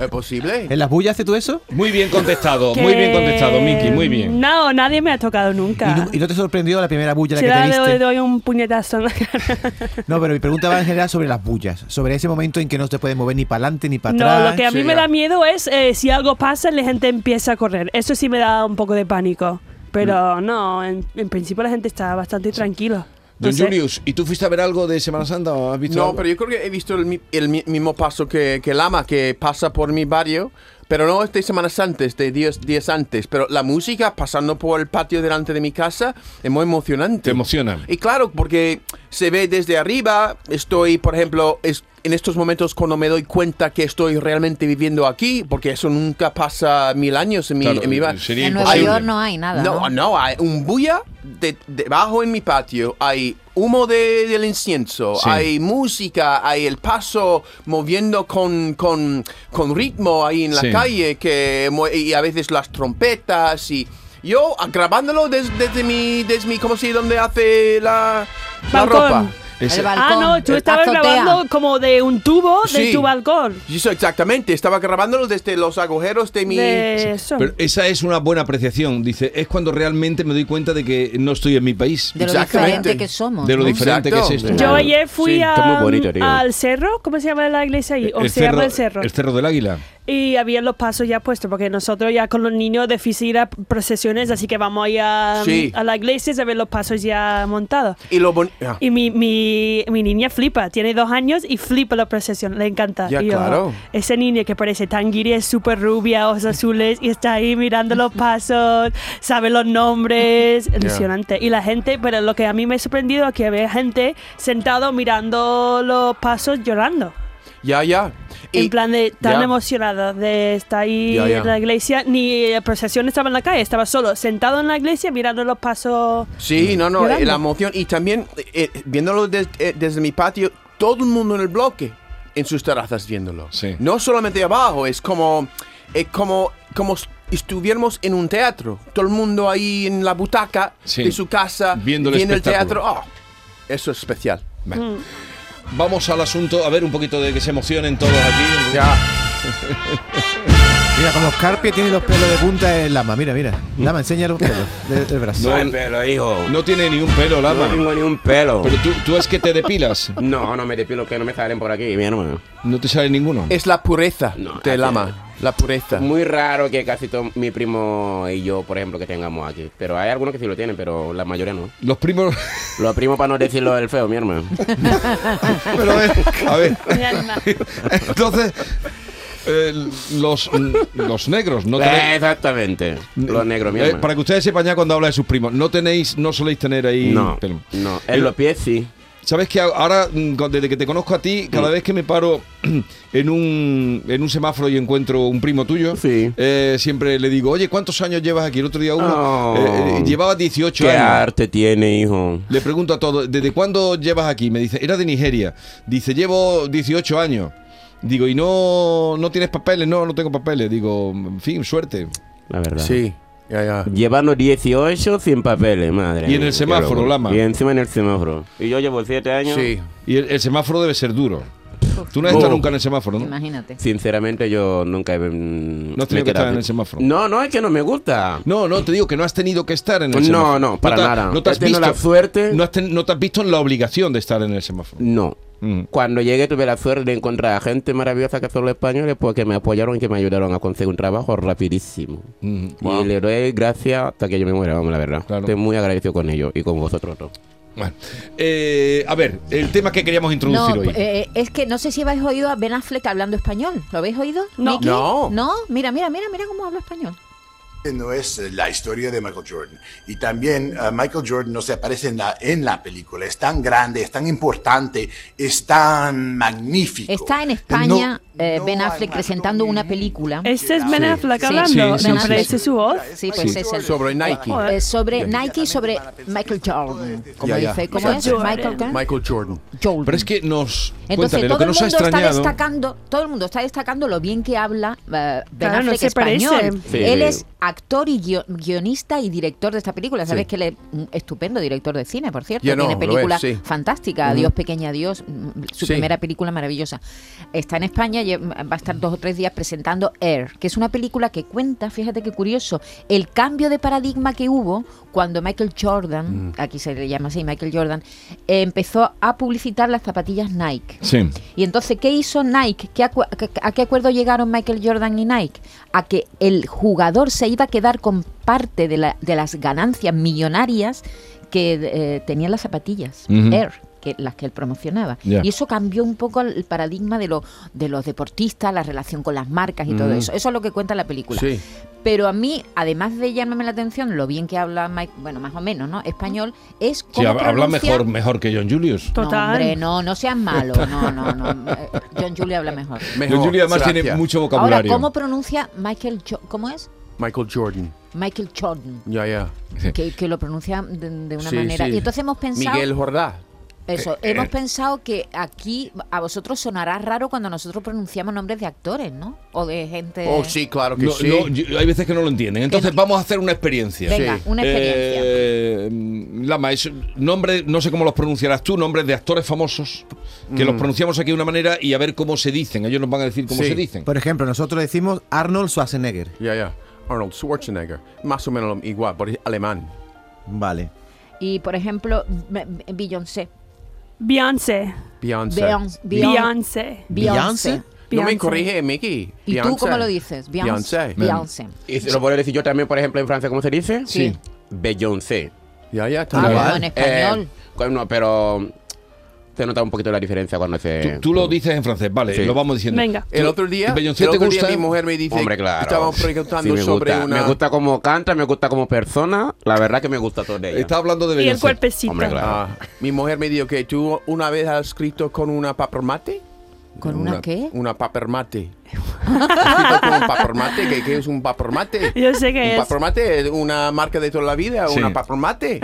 S3: ¿Es
S5: [LAUGHS]
S3: posible?
S5: ¿En las bullas haces tú eso?
S1: [LAUGHS] muy bien contestado,
S2: que-
S1: muy bien contestado, Miki, muy bien.
S2: No, nadie me ha tocado nunca.
S5: ¿Y no, y no te sorprendió la primera bulla a
S2: si
S5: la
S2: ahora
S5: que
S2: le
S5: te
S2: doy,
S5: diste?
S2: doy un puñetazo en la cara.
S5: No, pero mi pregunta va en general sobre las bullas. Sobre ese momento en que no te puedes mover ni para adelante ni para
S2: [LAUGHS]
S5: atrás.
S2: No, lo que a mí
S3: sí,
S2: me
S3: ya.
S2: da miedo es eh, si algo pasa, la gente empieza a correr. Eso sí me da un poco de pánico. Pero no, en, en principio la gente está bastante tranquila.
S1: Don
S2: No sé.
S1: Julius, ¿y tú fuiste a ver algo de Semana Santa o has visto
S3: No,
S1: algo?
S3: pero yo creo que he visto el, mi- el mi- mismo paso que, que Lama, que pasa por mi barrio, pero no este es de semanas antes, de días, días antes, pero la música pasando por el patio delante de mi casa es muy emocionante.
S1: Te emociona.
S3: Y claro, porque se ve desde arriba, estoy, por ejemplo, es, en estos momentos cuando me doy cuenta que estoy realmente viviendo aquí, porque eso nunca pasa mil años en mi,
S1: Claro,
S3: en mi bar-
S1: sería
S6: En Nueva
S3: imposible.
S6: York no hay nada.
S3: no, no, hay un bulla de- debajo en mi patio, hay humo de- del incienso,
S1: Sí.
S3: hay música, hay el paso moviendo con, con, con ritmo ahí en la
S1: Sí.
S3: calle, que, mu- y a veces las trompetas y... Yo ah, grabándolo des- desde, mi, desde mi, ¿cómo se donde hace la, la
S2: Balcón.
S3: ropa?
S1: Es-
S6: El balcón,
S2: Ah, no, tú
S6: el
S2: estabas
S6: azotea.
S2: grabando como de un tubo de
S3: Sí.
S2: tu balcón.
S3: Y Eso exactamente, estaba grabándolo desde los agujeros de mi...
S2: De eso.
S1: Pero esa es una buena apreciación. Dice, es cuando realmente me doy cuenta de que no estoy en mi país.
S6: De lo
S3: Exactamente.
S6: diferente que somos.
S1: De lo
S6: ¿no?
S1: diferente que es esto.
S2: Yo
S4: Claro.
S2: ayer fui
S4: Sí,
S2: a-
S4: está muy bonito, tío.
S2: al cerro, ¿cómo se llama la iglesia ahí? O se llama el cerro.
S1: El cerro del águila.
S2: Y había los pasos ya puestos, porque nosotros ya con los niños de ir a procesiones, así que vamos ahí a,
S3: Sí.
S2: a la iglesia a ver los pasos ya montados.
S3: Y lo boni- ah.
S2: Y mi, mi, mi niña flipa, tiene dos años y flipa la procesión, le encanta.
S3: Ya,
S2: Y yo,
S3: claro.
S2: Esa niña que parece tan guiria, es súper rubia, ojos azules, y está ahí mirando
S3: [LAUGHS]
S2: los pasos, sabe los nombres, impresionante. Y la gente, pero lo que a mí me ha sorprendido es que había gente sentado mirando los pasos llorando.
S3: Ya, ya. Y-
S2: en plan de tan
S3: ya.
S2: emocionada de estar ahí
S3: Ya, ya.
S2: en la iglesia, ni la procesión estaba en la calle, estaba solo sentado en la iglesia mirando los pasos.
S3: Sí, no, no, eh,
S2: Llorando.
S3: la emoción. Y también, eh, eh, viéndolo des- eh, desde mi patio, todo el mundo en el bloque, en sus terrazas viéndolo.
S1: Sí.
S3: No solamente abajo, es como, es como, como s- estuviéramos en un teatro. Todo el mundo ahí en la butaca
S1: Sí.
S3: de su casa,
S1: Viendo el
S3: viendo el
S1: espectáculo.
S3: teatro. Oh, eso es especial.
S6: Mm.
S1: Bueno. Vamos al asunto, a ver un poquito de que se emocionen todos aquí.
S3: Ya.
S5: Mira, como Scarpia tiene los pelos de punta el lama. Mira, mira.
S1: Mm.
S5: Lama, enseña
S1: [LAUGHS]
S5: los pelos de- del brazo.
S4: No hay pelo, hijo.
S1: No tiene ni un pelo,
S4: No
S1: Lama.
S4: tengo ni un pelo.
S1: Pero tú, tú es que te depilas.
S4: No, no me depilo, que no me salen por aquí, mi hermano.
S1: No te sale ninguno.
S3: Es la pureza
S4: No,
S3: del
S4: hace-
S3: ama. La pureza.
S4: Muy raro que casi todo mi primo y yo, por ejemplo, que tengamos aquí. Pero hay algunos que sí lo tienen, pero la mayoría no.
S1: Los primos.
S3: [LAUGHS]
S4: Los primos para no decirlo del feo, mi [LAUGHS] hermano.
S1: Pero a ver, a
S6: [LAUGHS]
S1: ver. Entonces, eh, los, los negros, no
S4: Eh,
S1: tenéis.
S4: Exactamente. Los negros, mi
S1: Eh,
S4: hermano.
S1: para que ustedes sepan ya cuando habla de sus primos, no tenéis, no soléis tener ahí
S4: No,
S1: pelo.
S4: no. En los pies sí.
S1: ¿Sabes que ahora, mm, con- desde que te conozco a ti,
S4: Mm.
S1: cada vez que me paro [CLEARS THROAT] en un, en un semáforo y encuentro un primo tuyo,
S4: Sí.
S1: eh, siempre le digo, oye, ¿cuántos años llevas aquí? El otro día uno
S4: Oh.
S1: eh, eh, llevaba 18
S4: ¿Qué
S1: años.
S4: arte tiene, hijo?
S1: Le pregunto a todos, ¿desde cuándo llevas aquí? Me dice, era de Nigeria. Dice, llevo 18 años. Digo, ¿y no, no tienes papeles? No, no tengo papeles. Digo, en fin, suerte.
S4: La verdad.
S3: Sí. Ya, ya.
S4: Llevarnos 18 sin papeles, madre.
S1: Y en el
S4: mía, qué
S1: semáforo,
S4: locura.
S1: Lama.
S4: Y encima en el semáforo. Y yo llevo 7 años.
S3: Sí.
S1: Y el, el semáforo debe ser duro. Tú no has
S4: Oh.
S1: estado nunca en el semáforo, ¿no?
S6: Imagínate.
S4: Sinceramente, yo nunca he.
S1: No has tenido que estar en el semáforo.
S4: No, no, es que no me gusta.
S1: No, no, te digo que no has tenido que estar en el
S4: No,
S1: semáforo.
S4: no, para
S1: te ha-
S4: nada.
S1: No te
S4: He
S1: has
S4: tenido
S1: visto.
S4: la suerte.
S1: No, has ten- no te has visto en la obligación de estar en el semáforo.
S4: No.
S1: Mm.
S4: Cuando llegué tuve la suerte de encontrar a gente maravillosa que son los españoles porque me apoyaron y que me ayudaron a conseguir un trabajo rapidísimo.
S1: Mm.
S4: Y le doy gracias hasta que yo me muera, vamos, la verdad.
S1: Claro.
S4: Estoy muy agradecido con ellos y con vosotros dos.
S1: Bueno, eh, a ver, el tema que queríamos
S6: No,
S1: introducir hoy.
S6: eh, es que no sé si habéis oído a Ben Affleck hablando español. ¿Lo habéis oído?
S2: No.
S6: Miki?
S3: No.
S6: No, mira, mira, mira, mira cómo habla español.
S7: No es eh, la historia de Michael Jordan. Y también eh, Michael Jordan no se aparece en la, en la película. Es tan grande, es tan importante, es tan magnífico.
S6: Está en España
S7: No-
S6: eh,
S7: no
S6: Ben
S7: hay
S6: Affleck
S7: más
S6: presentando
S7: ningún-
S6: una película
S2: Este es Ben
S1: Sí.
S2: Affleck
S6: Sí,
S2: hablando.
S1: sí,
S2: Me
S1: sí,
S2: parece
S1: sí.
S2: su voz.
S6: Sí, pues
S1: Sí.
S6: es el-
S3: Sobre Nike.
S2: Joder.
S6: eh, sobre Nike y sobre Michael Jordan. Como
S3: Ya, ya.
S6: dice, ¿cómo es?
S2: Jordan.
S6: Michael Jordan.
S3: Michael Jordan.
S6: Jordan.
S1: Pero es que nos.
S6: Entonces
S1: cuéntale,
S6: todo
S1: lo que
S6: el
S1: nos ha
S6: mundo está
S1: extrañado.
S6: destacando, todo el mundo está destacando lo bien que habla eh, Ben
S2: Claro, no
S6: Affleck
S2: se parece.
S6: español.
S4: Sí.
S6: Él es actor y guio- guionista y director de esta película. Sabes que él es un estupendo director de cine, por cierto.
S3: Ya no,
S6: Tiene
S3: lo es,
S6: películas
S3: sí.
S6: fantásticas. Dios pequeña Dios, mm, su
S3: Sí.
S6: primera película maravillosa. Está en España y eh, va a estar dos o tres días presentando Air, que es una película que cuenta, fíjate qué curioso, el cambio de paradigma que hubo cuando Michael Jordan, aquí se le llama así Michael Jordan, eh, empezó a publicitar las zapatillas Nike.
S1: Sí.
S6: Y entonces, ¿qué hizo Nike? ¿Qué acu- ¿A qué acuerdo llegaron Michael Jordan y Nike? A que el jugador se iba a quedar con parte de, la- de las ganancias millonarias que eh, tenían las zapatillas
S1: Ujú.
S6: Air. Que, las que él promocionaba.
S1: Ya.
S6: Y eso cambió un poco el paradigma de, lo- de los deportistas, la relación con las marcas y todo eso. Eso es lo que cuenta la película.
S3: Sí.
S6: Pero a mí, además de llamarme la atención lo bien que habla Mike, bueno, más o menos, ¿no? Español, es
S1: Sí,
S6: como.
S1: hab- habla mejor, mejor que John Julius.
S6: No,
S2: Total.
S6: hombre, no, no seas malo. No, no, no. Eh, John Julio habla mejor.
S3: [LAUGHS] Mejor,
S1: John Julius además tiene
S3: gracias.
S1: mucho
S6: Ahora,
S1: vocabulario.
S6: ¿cómo pronuncia Michael Jo- ¿Cómo es?
S3: Michael Jordan.
S6: Michael Jordan.
S3: Ya, ya.
S6: Que, que lo pronuncia de, de una
S3: Sí,
S6: manera.
S3: sí.
S6: Y entonces hemos pensado.
S3: Miguel eh, Jordá.
S6: Eso, hemos pensado que aquí a vosotros sonará raro cuando nosotros pronunciamos nombres de actores, ¿no? O de gente.
S3: Oh, sí, claro que
S1: No,
S3: sí.
S1: no, yo- hay veces que no lo entienden. Entonces vamos a hacer una experiencia.
S6: Venga, una experiencia.
S1: Eh, Lama, es nombre, no sé cómo los pronunciarás tú, nombres de actores famosos, que los pronunciamos aquí de una manera y a ver cómo se dicen. Ellos nos van a decir cómo
S3: Mm. Sí.
S1: se dicen.
S5: Por ejemplo, nosotros decimos Arnold Schwarzenegger.
S3: Ya, ya. Arnold Schwarzenegger. Más o menos lo- igual, por alemán.
S5: Vale.
S6: Y por ejemplo, B- B- Beyoncé.
S2: Beyoncé.
S3: Beyoncé.
S6: Beyoncé. Beyoncé.
S2: Beyoncé.
S6: Beyoncé.
S5: Beyoncé.
S3: No me
S2: Beyoncé.
S3: corrige, Mickey.
S6: ¿Y tú
S3: Beyoncé.
S6: cómo lo dices? Beyoncé.
S3: Beyoncé.
S6: Beyoncé.
S4: Y se lo puedo decir yo también, por ejemplo, en Francia, ¿cómo se dice?
S6: Sí.
S4: Beyoncé.
S3: Ya, ya, está
S6: Ah,
S3: bien.
S6: bueno, en español.
S4: Eh, cu- no, pero se nota un poquito la diferencia cuando
S1: Tú,
S4: se...
S1: tú lo dices en francés, vale,
S4: Sí.
S1: lo vamos diciendo.
S2: Venga.
S3: El otro día,
S1: Beyoncé
S3: el
S1: te
S3: otro
S1: gusta.
S3: día mi mujer me dice,
S4: Hombre, claro.
S3: estábamos
S4: Sí,
S3: preguntando
S4: me
S3: sobre
S4: gusta.
S3: una...
S4: Me gusta como canta, me gusta como persona. La verdad que me gusta todo de ella.
S1: Está hablando de
S2: Y el
S1: Beyoncé.
S2: cuerpecito.
S4: Hombre, claro.
S3: Ah, mi mujer me dijo que tú una vez has escrito con una papermate.
S6: ¿Con una qué?
S3: Una papermate. ¿Has escrito con un papermate? ¿Qué, qué es un papermate?
S2: Yo sé que
S3: un
S2: es.
S3: papermate es una marca de toda la vida,
S1: Sí.
S3: una papermate.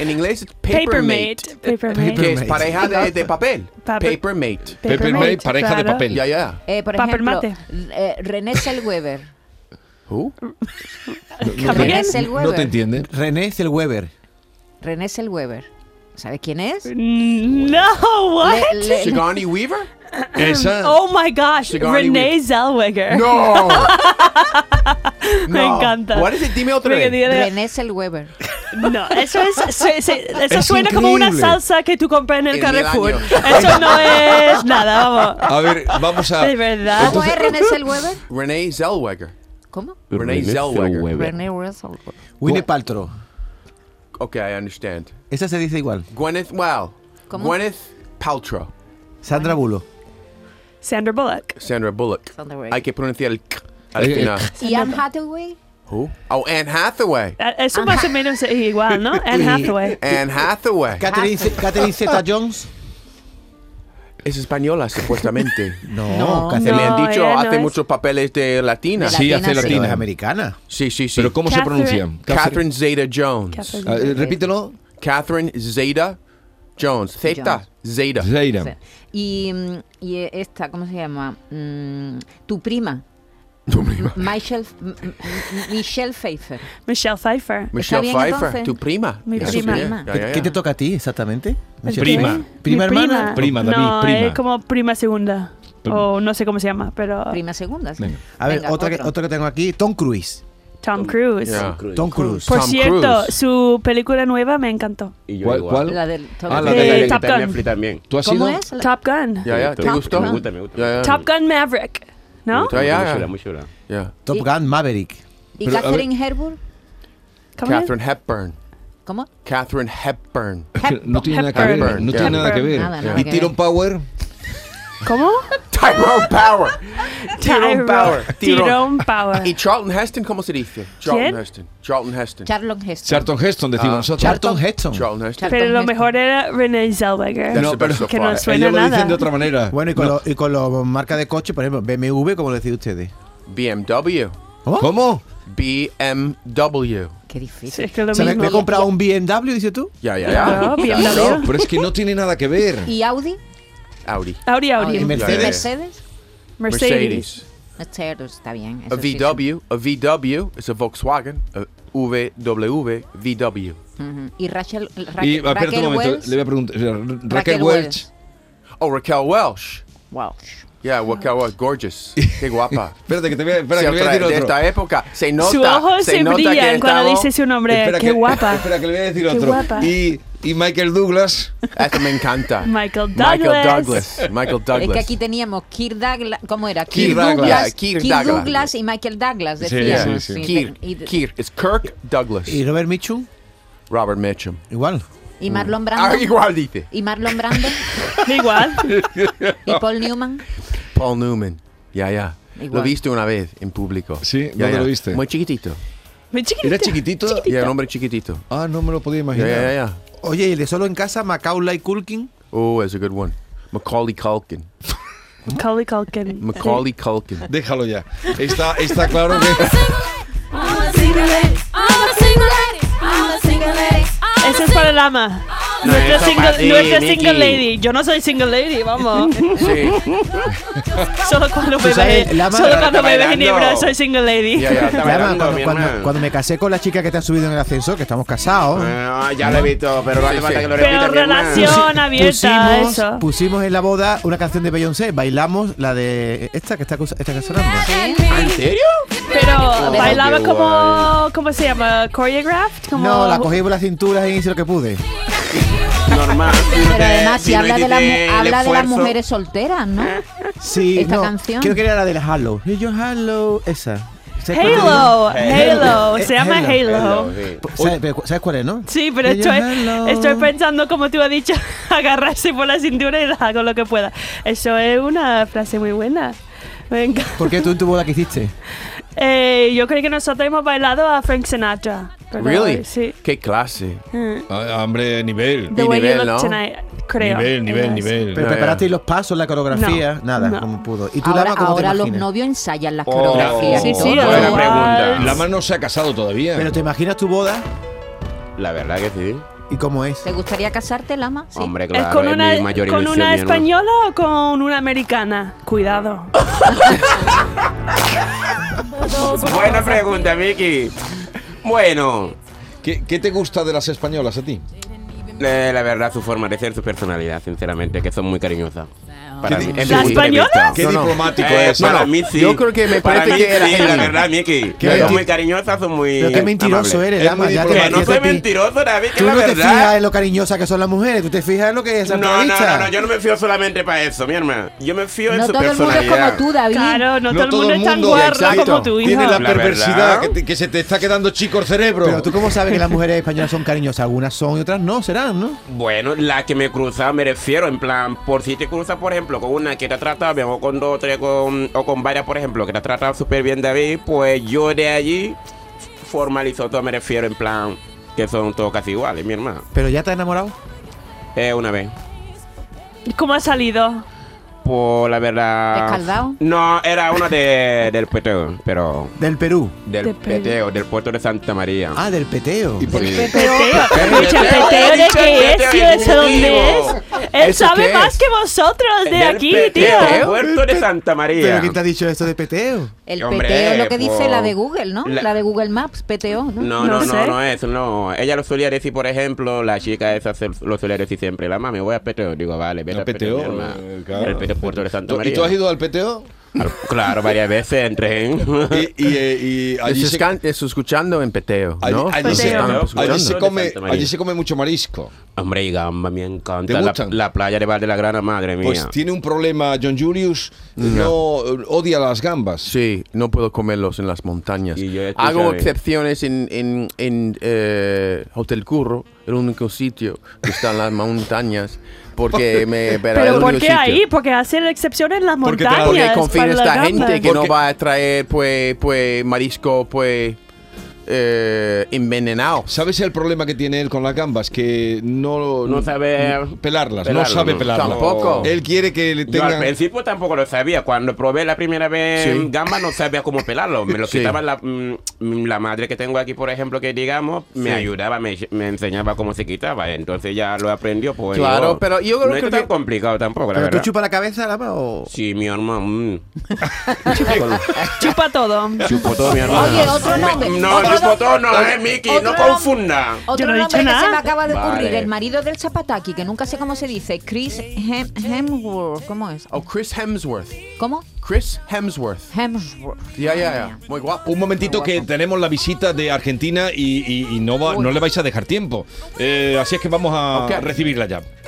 S3: En inglés es
S2: Papermate.
S3: papermate,
S2: Papermate.
S3: que es
S5: Papermate.
S3: pareja de, de papel.
S2: Paper-
S3: Papermate.
S1: Pepper May, pareja de
S2: claro.
S1: papel.
S3: Ya, ya.
S6: Eh, por
S2: Papel
S6: ejemplo,
S2: mate.
S6: eh,
S2: [LAUGHS]
S6: René Zellweger.
S3: Who?
S1: No,
S2: Gabriel.
S1: te-
S6: Es el
S1: no
S6: Weber.
S1: te entiende.
S5: René Zellweger.
S6: René Zellweger. ¿Sabes quién es?
S2: Mm, No, what?
S6: Le- le-
S3: Sigourney Weaver?
S1: Esa.
S2: Oh my gosh,
S3: Sigourney
S2: Renee Zellweger.
S3: [LAUGHS] No.
S2: Me encanta.
S3: ¿Cuál es el dime otra
S2: Porque
S3: vez?
S2: tiene-
S6: René Zellweger.
S2: No, eso es, se- se- eso
S1: Es
S2: suena como una
S1: increíble.
S2: salsa que tú compras en el
S3: En el
S2: Carrefour.
S3: baño.
S2: Eso no es nada,
S1: [LAUGHS]
S2: vamos.
S1: A ver, vamos
S2: [LAUGHS]
S1: a.
S2: De verdad.
S6: ¿Cómo es René
S2: uh-huh.
S6: Zellweger?
S3: Renee Zellweger.
S6: ¿Cómo?
S3: Renee Zellweger.
S6: René Zellweger.
S5: Winnie Paltrow.
S3: Ok, I understand.
S5: Esa se dice igual.
S3: Gwyneth, wow.
S6: ¿Cómo?
S3: Gwyneth Paltrow.
S5: Sandra Bullock.
S2: Sandra Bullock.
S3: Sandra Bullock.
S6: Sandra Bullock.
S3: Hay que pronunciar el k al
S1: Eh, eh,
S3: final.
S6: ¿Y Anne Hathaway?
S3: Who? Oh, Anne Hathaway.
S2: Eh, Eso más o menos es igual, ¿no? Anne Hathaway.
S3: Anne Hathaway.
S5: Catherine, Z- Catherine Zeta Jones.
S3: Es española, supuestamente.
S5: No,
S3: Se [LAUGHS] me
S5: Catherine
S2: No,
S3: han dicho,
S2: ella no
S3: hace
S2: es.
S3: muchos papeles de latina.
S1: Sí, hace
S6: Latina, sí.
S5: Pero es
S1: latina.
S5: americana.
S3: Sí, sí, sí.
S1: Pero ¿cómo se
S2: Catherine-
S1: pronuncian?
S3: Catherine Zeta-Jones.
S2: Catherine.
S1: Ah, eh, repítelo.
S3: Catherine Zeta-Jones. Zeta. Zeta.
S1: Zeira.
S6: Y, mm, y esta, ¿cómo se llama? Mm, tu prima.
S3: Tú misma.
S6: Michelle, M- M- M- Michelle Pfeiffer.
S2: Michelle Pfeiffer.
S3: Michelle
S6: bien,
S3: Pfeiffer,
S6: entonces?
S3: tu prima.
S2: Mi
S3: Eso
S6: prima.
S3: sí,
S6: Prima.
S3: ya,
S5: ¿Qué,
S3: ya,
S5: qué
S3: ya.
S5: te toca a ti exactamente? Michelle
S1: Prima.
S5: Pfeiffer? ¿Prima
S2: Mi
S5: hermana?
S1: Prima, David,
S2: no,
S1: prima.
S2: es como prima segunda. O no sé cómo se llama, pero
S6: Prima segunda. sí.
S1: Venga.
S5: A ver,
S6: Venga,
S5: otra que,
S6: otro.
S5: otra que tengo aquí, Tom Cruise.
S2: Tom Cruise.
S3: Ya.
S1: Ah.
S5: Tom Cruise.
S2: Por
S3: Tom
S2: cierto,
S3: Cruise.
S2: su película nueva me encantó.
S4: Y yo
S1: ¿Cuál-
S4: igual.
S1: cuál?
S6: La del Top
S1: Ah, la
S4: Y la
S6: Gun.
S1: de-
S4: de
S2: Eh, Top Gun.
S4: Netflix también.
S1: ¿Tú has
S6: ¿Cómo
S1: ido?
S6: es? La-
S2: Top Gun.
S3: Ya, ya, ¿te
S4: Top
S3: gustó?
S4: Gun. Me gusta, me gusta.
S3: Ya, ya.
S2: Top Gun Maverick. ¿No?
S3: Ya, ya,
S4: Muy
S3: ya.
S4: chula, muy chula.
S3: Ya.
S5: Top
S6: Y-
S5: Gun Maverick.
S6: ¿Y
S1: Pero, a ver-
S6: Catherine Herbert?
S2: ¿Cómo es?
S3: Catherine Hepburn.
S6: ¿Cómo?
S3: Catherine Hepburn. [LAUGHS]
S1: No tiene nada que
S2: Hepburn.
S1: ver. No tiene
S3: Hepburn.
S1: nada que ver.
S6: Nada, nada
S1: ¿Y
S6: que
S1: Tyrone
S6: ver.
S1: Power?
S2: ¿Cómo?
S3: Tyrone Power. Tyrone
S2: Tyrone-
S3: Power.
S2: Tyrone Power.
S3: [LAUGHS] ¿Y Charlton Heston cómo se dice? Charlton
S2: ¿Quién?
S3: Heston. Charlton Heston.
S6: Charlton Heston.
S1: Charlton Heston, decimos
S3: Ah,
S1: nosotros.
S5: Charlton Heston.
S3: Charlton Heston.
S2: Pero lo mejor era Renee Zellweger.
S3: That's
S1: No,
S3: the best
S1: pero-
S3: so
S2: Que
S3: far.
S2: no suena
S1: Ellos lo
S2: nada.
S1: dicen de otra manera.
S5: Bueno, y con,
S1: No.
S5: los, y con los marcas de coches, por ejemplo, BMW, ¿cómo lo decís ustedes?
S3: BMW.
S5: ¿Cómo?
S1: ¿Cómo?
S3: BMW.
S2: Sí,
S6: Qué difícil.
S2: es que es
S5: O
S2: lo
S5: sea, me, me he
S2: mismo.
S5: comprado un BMW, dices tú.
S3: Ya, ya,
S2: Claro,
S3: ya.
S2: BMW.
S1: Pero es que no tiene nada que ver.
S6: ¿Y Audi?
S3: Audi.
S2: Audi,
S6: Audi.
S5: Y
S6: ¿Y
S5: Mer-
S2: Audi.
S1: eh,
S5: Mercedes.
S6: Mercedes?
S2: Mercedes.
S3: Mercedes.
S6: Mercedes, está bien.
S3: A
S6: eso sí.
S3: VW. A VW is a Volkswagen. A VW. VW.
S6: Ujú. Y Rachel, Ra-
S1: Y, espérate
S6: Raquel
S1: un momento,
S6: Welch.
S1: le voy a preguntar. eh, Raquel,
S6: Raquel
S1: Welch.
S3: Oh, Raquel Welsh.
S6: Welch.
S3: Yeah, Raquel Welch. Gorgeous. Qué guapa.
S1: Espérate, que te voy a, espera,
S3: Sí,
S1: que le voy a
S3: otra-
S1: decir
S3: de
S1: otro.
S3: esta ¿eh? época se nota.
S2: Sus ojos se
S3: nota que
S2: brillan cuando
S3: estamos-
S2: dice
S3: [LAUGHS]
S2: su nombre.
S1: Espera
S2: Qué
S1: que- [LAUGHS]
S2: guapa.
S1: Espera, que le voy a decir
S2: Qué
S1: otro.
S2: guapa.
S1: Y, y Michael Douglas.
S3: Este me encanta.
S2: Michael
S3: Michael
S2: Douglas.
S3: Douglas. Michael Douglas.
S6: Es que aquí teníamos Kirk Douglas, ¿cómo era?
S1: Kirk
S6: Douglas,
S1: Douglas.
S3: Yeah, Kirk
S6: Kirk
S3: Douglas.
S6: Douglas y Michael Douglas,
S1: Sí,
S6: decíamos.
S1: sí, sí.
S6: sí.
S3: Kirk,
S6: Y, y-
S3: Kirk, it's Kirk Douglas.
S5: ¿Y Robert Mitchum?
S3: Robert Mitchum.
S5: Igual.
S6: y Marlon
S3: Ah,
S6: Brando.
S3: igual dice.
S6: Y Marlon Brando.
S2: Igual.
S6: y Paul Newman.
S3: Paul Newman. Ya, ya. Lo
S6: Igual.
S3: viste una vez en público.
S1: Sí,
S3: Ya,
S1: ¿dónde
S3: ya.
S1: lo viste?
S3: Muy chiquitito.
S2: Muy chiquitito.
S1: ¿Era chiquitito?
S3: Y era un hombre chiquitito.
S1: Ah, no me lo podía
S3: Ya,
S1: imaginar.
S3: ya, ya.
S5: Oye, ¿y el de solo en casa, Macaulay Culkin?
S3: Oh, that's a good one. Macaulay Culkin.
S2: Macaulay Culkin.
S3: Macaulay Culkin.
S1: Déjalo ya. Está, está claro
S2: [LAUGHS]
S1: que.
S8: I'm a single lady. I'm a single lady. I'm a single lady. I'm
S2: Ese es para Lama. Nuestra
S4: eso
S2: single,
S4: para ti,
S2: nuestra
S4: Miki.
S2: single lady. Yo no soy single lady, vamos.
S3: Sí.
S2: solo cuando me
S5: sabes,
S2: ve,
S5: Lama,
S2: solo
S5: ahora
S4: está
S2: cuando me ve
S4: bailando.
S2: Ginebra soy single lady.
S5: [LAUGHS]
S4: Ya, ya, está
S5: Llama,
S4: bailando,
S5: cuando,
S4: mi
S5: cuando-
S4: hermana.
S5: cuando me casé con la chica que te ha subido en el ascensor, que estamos casados,
S4: Ah, ya lo he visto, pero no hace
S3: Sí,
S4: falta
S3: sí.
S4: que lo repita.
S2: Pero
S4: mi hermana.
S2: relación abierta,
S5: pusimos,
S2: eso.
S5: pusimos en la boda una canción de Beyoncé, bailamos la de esta que está, cosa- esta que está sonando.
S4: Ah, ¿En serio?
S2: Pero
S4: qué
S2: bailaba
S4: guay.
S2: como, ¿cómo se llama? Choreographed, como
S5: No, la cogí por las cinturas y hice lo que pude.
S4: [LAUGHS] Normal.
S6: Pero además, si
S4: no
S6: habla, de, la
S4: hiciste
S6: mu-
S4: el
S6: habla de las
S4: esfuerzo.
S6: mujeres solteras, ¿no?
S5: Sí,
S6: ¿Esta
S5: no,
S6: canción?
S5: Creo que era la del Halo. Yo, yo Halo, esa. ¿Sabes cuál te digo?
S2: Halo, Halo,
S5: Eh,
S2: se llama
S5: Halo.
S2: Halo.
S5: P- ¿Sabes, pero cu- sabes cuál es, no?
S2: Sí, pero
S5: Yo, yo
S2: estoy,
S5: Halo.
S2: estoy pensando, como tú has dicho, [LAUGHS] agarrarse por la cintura y hago lo que pueda. Eso es una frase muy buena. Venga.
S5: ¿Por qué tú en tu boda que hiciste?
S2: Eh, yo creo que nosotros hemos bailado a Frank Sinatra. pero-
S3: Really?
S2: Sí. Mm.
S3: Qué clase.
S1: Ah, hombre, nivel.
S2: The
S3: Y
S2: way
S3: nivel,
S2: you look
S3: ¿no?
S2: tonight, creo.
S1: nivel, nivel,
S2: Era
S1: nivel.
S5: Pero
S3: Ya, ya.
S5: preparaste los pasos, la coreografía,
S2: No,
S5: nada,
S2: no.
S5: como pudo. ¿Y tú
S6: Ahora,
S5: Lama, cómo te
S6: ahora los
S5: imaginas?
S6: novios ensayan las
S4: Oh,
S6: coreografías.
S2: Sí,
S6: y
S2: sí,
S6: todo.
S4: Buena
S2: igual.
S4: pregunta.
S1: Lama no se ha casado todavía.
S5: Pero te imaginas tu boda
S4: La verdad que sí.
S5: y cómo es.
S6: ¿Te gustaría casarte, Lama? Sí.
S4: Hombre,
S2: ¿Es
S4: claro.
S2: con
S4: es
S2: una,
S4: mi mayor
S2: con
S4: ilusión,
S2: una
S4: mi hermano.
S2: española o con una americana? Cuidado.
S4: Buena pregunta, Vicky. Bueno,
S1: ¿Qué, qué te gusta de las españolas a ti?
S4: eh, la verdad, su forma de ser, su personalidad, sinceramente, que son muy cariñosas. Para
S1: ¿Qué
S4: mí,
S1: di-
S4: en
S2: ¿Las
S4: mi punto de
S2: españolas?
S4: vista.
S1: Qué
S3: No, no.
S1: diplomático
S4: Eh,
S1: es.
S4: para
S3: no, no.
S4: mí sí.
S3: Yo creo que me
S4: Para
S3: parece
S4: mí
S3: que era
S4: sí,
S3: él.
S4: la verdad, Miki.
S5: Qué
S4: son
S5: menti-
S4: muy cariñosas, son muy.
S5: Pero qué mentiroso
S4: amables.
S5: eres,
S1: Es
S5: Lama.
S1: muy
S5: Ya te,
S4: Que
S1: diplomático.
S4: no
S5: ya te
S4: soy
S5: pi-
S4: mentiroso, David, que
S5: Tú
S4: la
S5: no te
S4: verdad.
S5: fijas en lo cariñosa que son las mujeres, tú te fijas en lo que es la
S4: No, no,
S5: entrevista.
S4: no, no, yo no me fío solamente para eso, mi hermano. Yo me fío en
S6: No
S4: su
S6: todo el mundo es
S4: personalidad.
S6: como tú, David.
S2: Claro, no,
S1: No
S2: todo el
S1: todo
S2: mundo
S1: el
S2: es tan
S1: mundo.
S2: guarro
S3: Exacto.
S2: como tu hijo.
S1: Tiene la
S4: La
S1: perversidad
S4: verdad.
S1: que te, que se te está quedando chico el cerebro.
S5: Pero tú cómo sabes que las mujeres españolas son cariñosas, algunas son y otras no serán, ¿no?
S4: Bueno, la que me cruzaba, me refiero, en plan, por si te cruzas, por ejemplo, con una que te ha tratado bien, o con dos, tres, con, o con varias, por ejemplo, que te ha tratado súper bien, David, pues yo de allí formalizo todo, me refiero, en plan, que son todos casi iguales, mi hermano.
S5: Pero ya te has enamorado.
S4: Eh, una vez.
S2: ¿Cómo ha salido?
S4: por la verdad.
S6: ¿Escaldado?
S4: No, era uno de, del peteo, pero.
S5: Del Perú.
S4: Del
S2: De Perú.
S4: peteo, del puerto de Santa María.
S5: Ah, del peteo.
S4: por
S2: Peteo, escucha, peteo de qué es, tío, ¿eso dónde es? Él
S3: ¿Eso qué
S2: sabe más
S3: es?
S2: que vosotros de aquí,
S4: Del
S2: tío.
S4: puerto de Santa
S5: ¿Pero
S4: María.
S5: quién te ha dicho eso de peteo?
S6: El
S4: Hombre,
S6: PTO es lo que dice
S4: po.
S6: la de Google, ¿no?
S4: La-
S6: La, de Google Maps, PTO, ¿no?
S4: No, no,
S2: No
S4: no,
S2: sé.
S4: no es, no. Ella lo solía decir, por ejemplo, la chica esa se- lo solía decir siempre, la mami, voy a peteo. Digo, vale, vete
S1: ¿Al
S4: a peteo.
S1: PTO?
S4: mi alma.
S1: Eh, claro.
S4: El peteo puerto de Santa
S1: ¿Tú-
S4: María.
S1: ¿Y tú has ido al [LAUGHS] PTO?
S4: Al- Claro, varias veces en tren.
S1: [LAUGHS] Y, y, eh, y allí
S3: Eso
S1: se,
S3: escan- eso escuchando en peteo,
S1: allí-
S3: ¿no?
S1: allí
S3: Eso
S1: se-
S2: Peteo.
S3: están
S4: ¿no?
S3: escuchando.
S1: allí se
S4: Peteo.
S1: come,
S4: Santa María.
S1: allí se come mucho marisco.
S4: Hombre, y gamba, me
S1: ¿Te
S4: encanta. La,
S1: gustan?
S4: la playa de Val de la Grana, madre mía.
S1: Pues tiene un problema John Julius, no odia las gambas.
S3: Sí, no puedo comerlos en las montañas.
S4: Y yo ya tú
S3: Hago
S4: sabes.
S3: excepciones en, en, en, eh, Hotel Curro, el único sitio que está en las montañas,
S4: [LAUGHS]
S3: porque me... Pero, el
S2: Pero ¿por
S3: único
S2: qué
S3: sitio.
S2: ahí? Porque hacen excepciones en las
S1: Porque te la-
S2: montañas.
S3: Porque confío en
S2: para
S3: esta
S2: las
S3: gente
S2: gambas.
S3: que no
S1: Porque-
S3: va a traer, pues, pues marisco, pues, eh, envenenado.
S1: ¿Sabes el problema que tiene él con las gambas? Que no,
S4: No sabe
S1: pelarlas, no
S4: pelarlas,
S1: sabe
S4: no.
S1: pelarlas. Eh,
S3: Tampoco.
S1: Él quiere que le
S4: Yo al
S1: tengan.
S4: principio tampoco lo sabía. Cuando probé la primera vez
S3: Sí.
S4: gamba no sabía cómo pelarlo. Me lo
S3: Sí.
S4: quitaba la, mm, la madre que tengo aquí, por ejemplo, que digamos, me
S3: Sí.
S4: ayudaba, me, me enseñaba cómo se quitaba. Entonces ya lo aprendió. Pues,
S3: Claro,
S4: digo,
S3: pero yo
S4: no
S3: creo
S4: es
S3: que-
S4: tan complicado tampoco, la
S5: ¿Pero tú
S4: verdad.
S5: chupas la cabeza, Lama, o...?
S4: Sí, mi hermano. mm.
S2: Chupa todo.
S4: Chupo todo, mi hermano.
S6: Oye, otro
S4: Me-
S6: nombre.
S4: No,
S6: Otro
S4: chupo
S6: nombre.
S4: todo no, eh, Miki,
S6: Otro
S4: no
S6: nombre.
S4: confunda.
S6: Otro
S2: Yo no he
S6: nombre
S2: dicho
S6: que se
S2: nada.
S6: me acaba de
S4: Vale.
S6: ocurrir, el marido del Zapataki, que nunca sé cómo se dice, Chris Hem- Hemsworth, ¿cómo es?
S3: O Oh, Chris Hemsworth.
S6: ¿Cómo?
S3: Chris Hemsworth.
S6: Hemsworth.
S3: Ya, ya, ya. Muy guapo.
S1: Un momentito que tenemos la visita de Argentina y, y- y no, va- no le vais a dejar tiempo. Eh, así es que vamos a
S3: Ok.
S1: recibirla ya.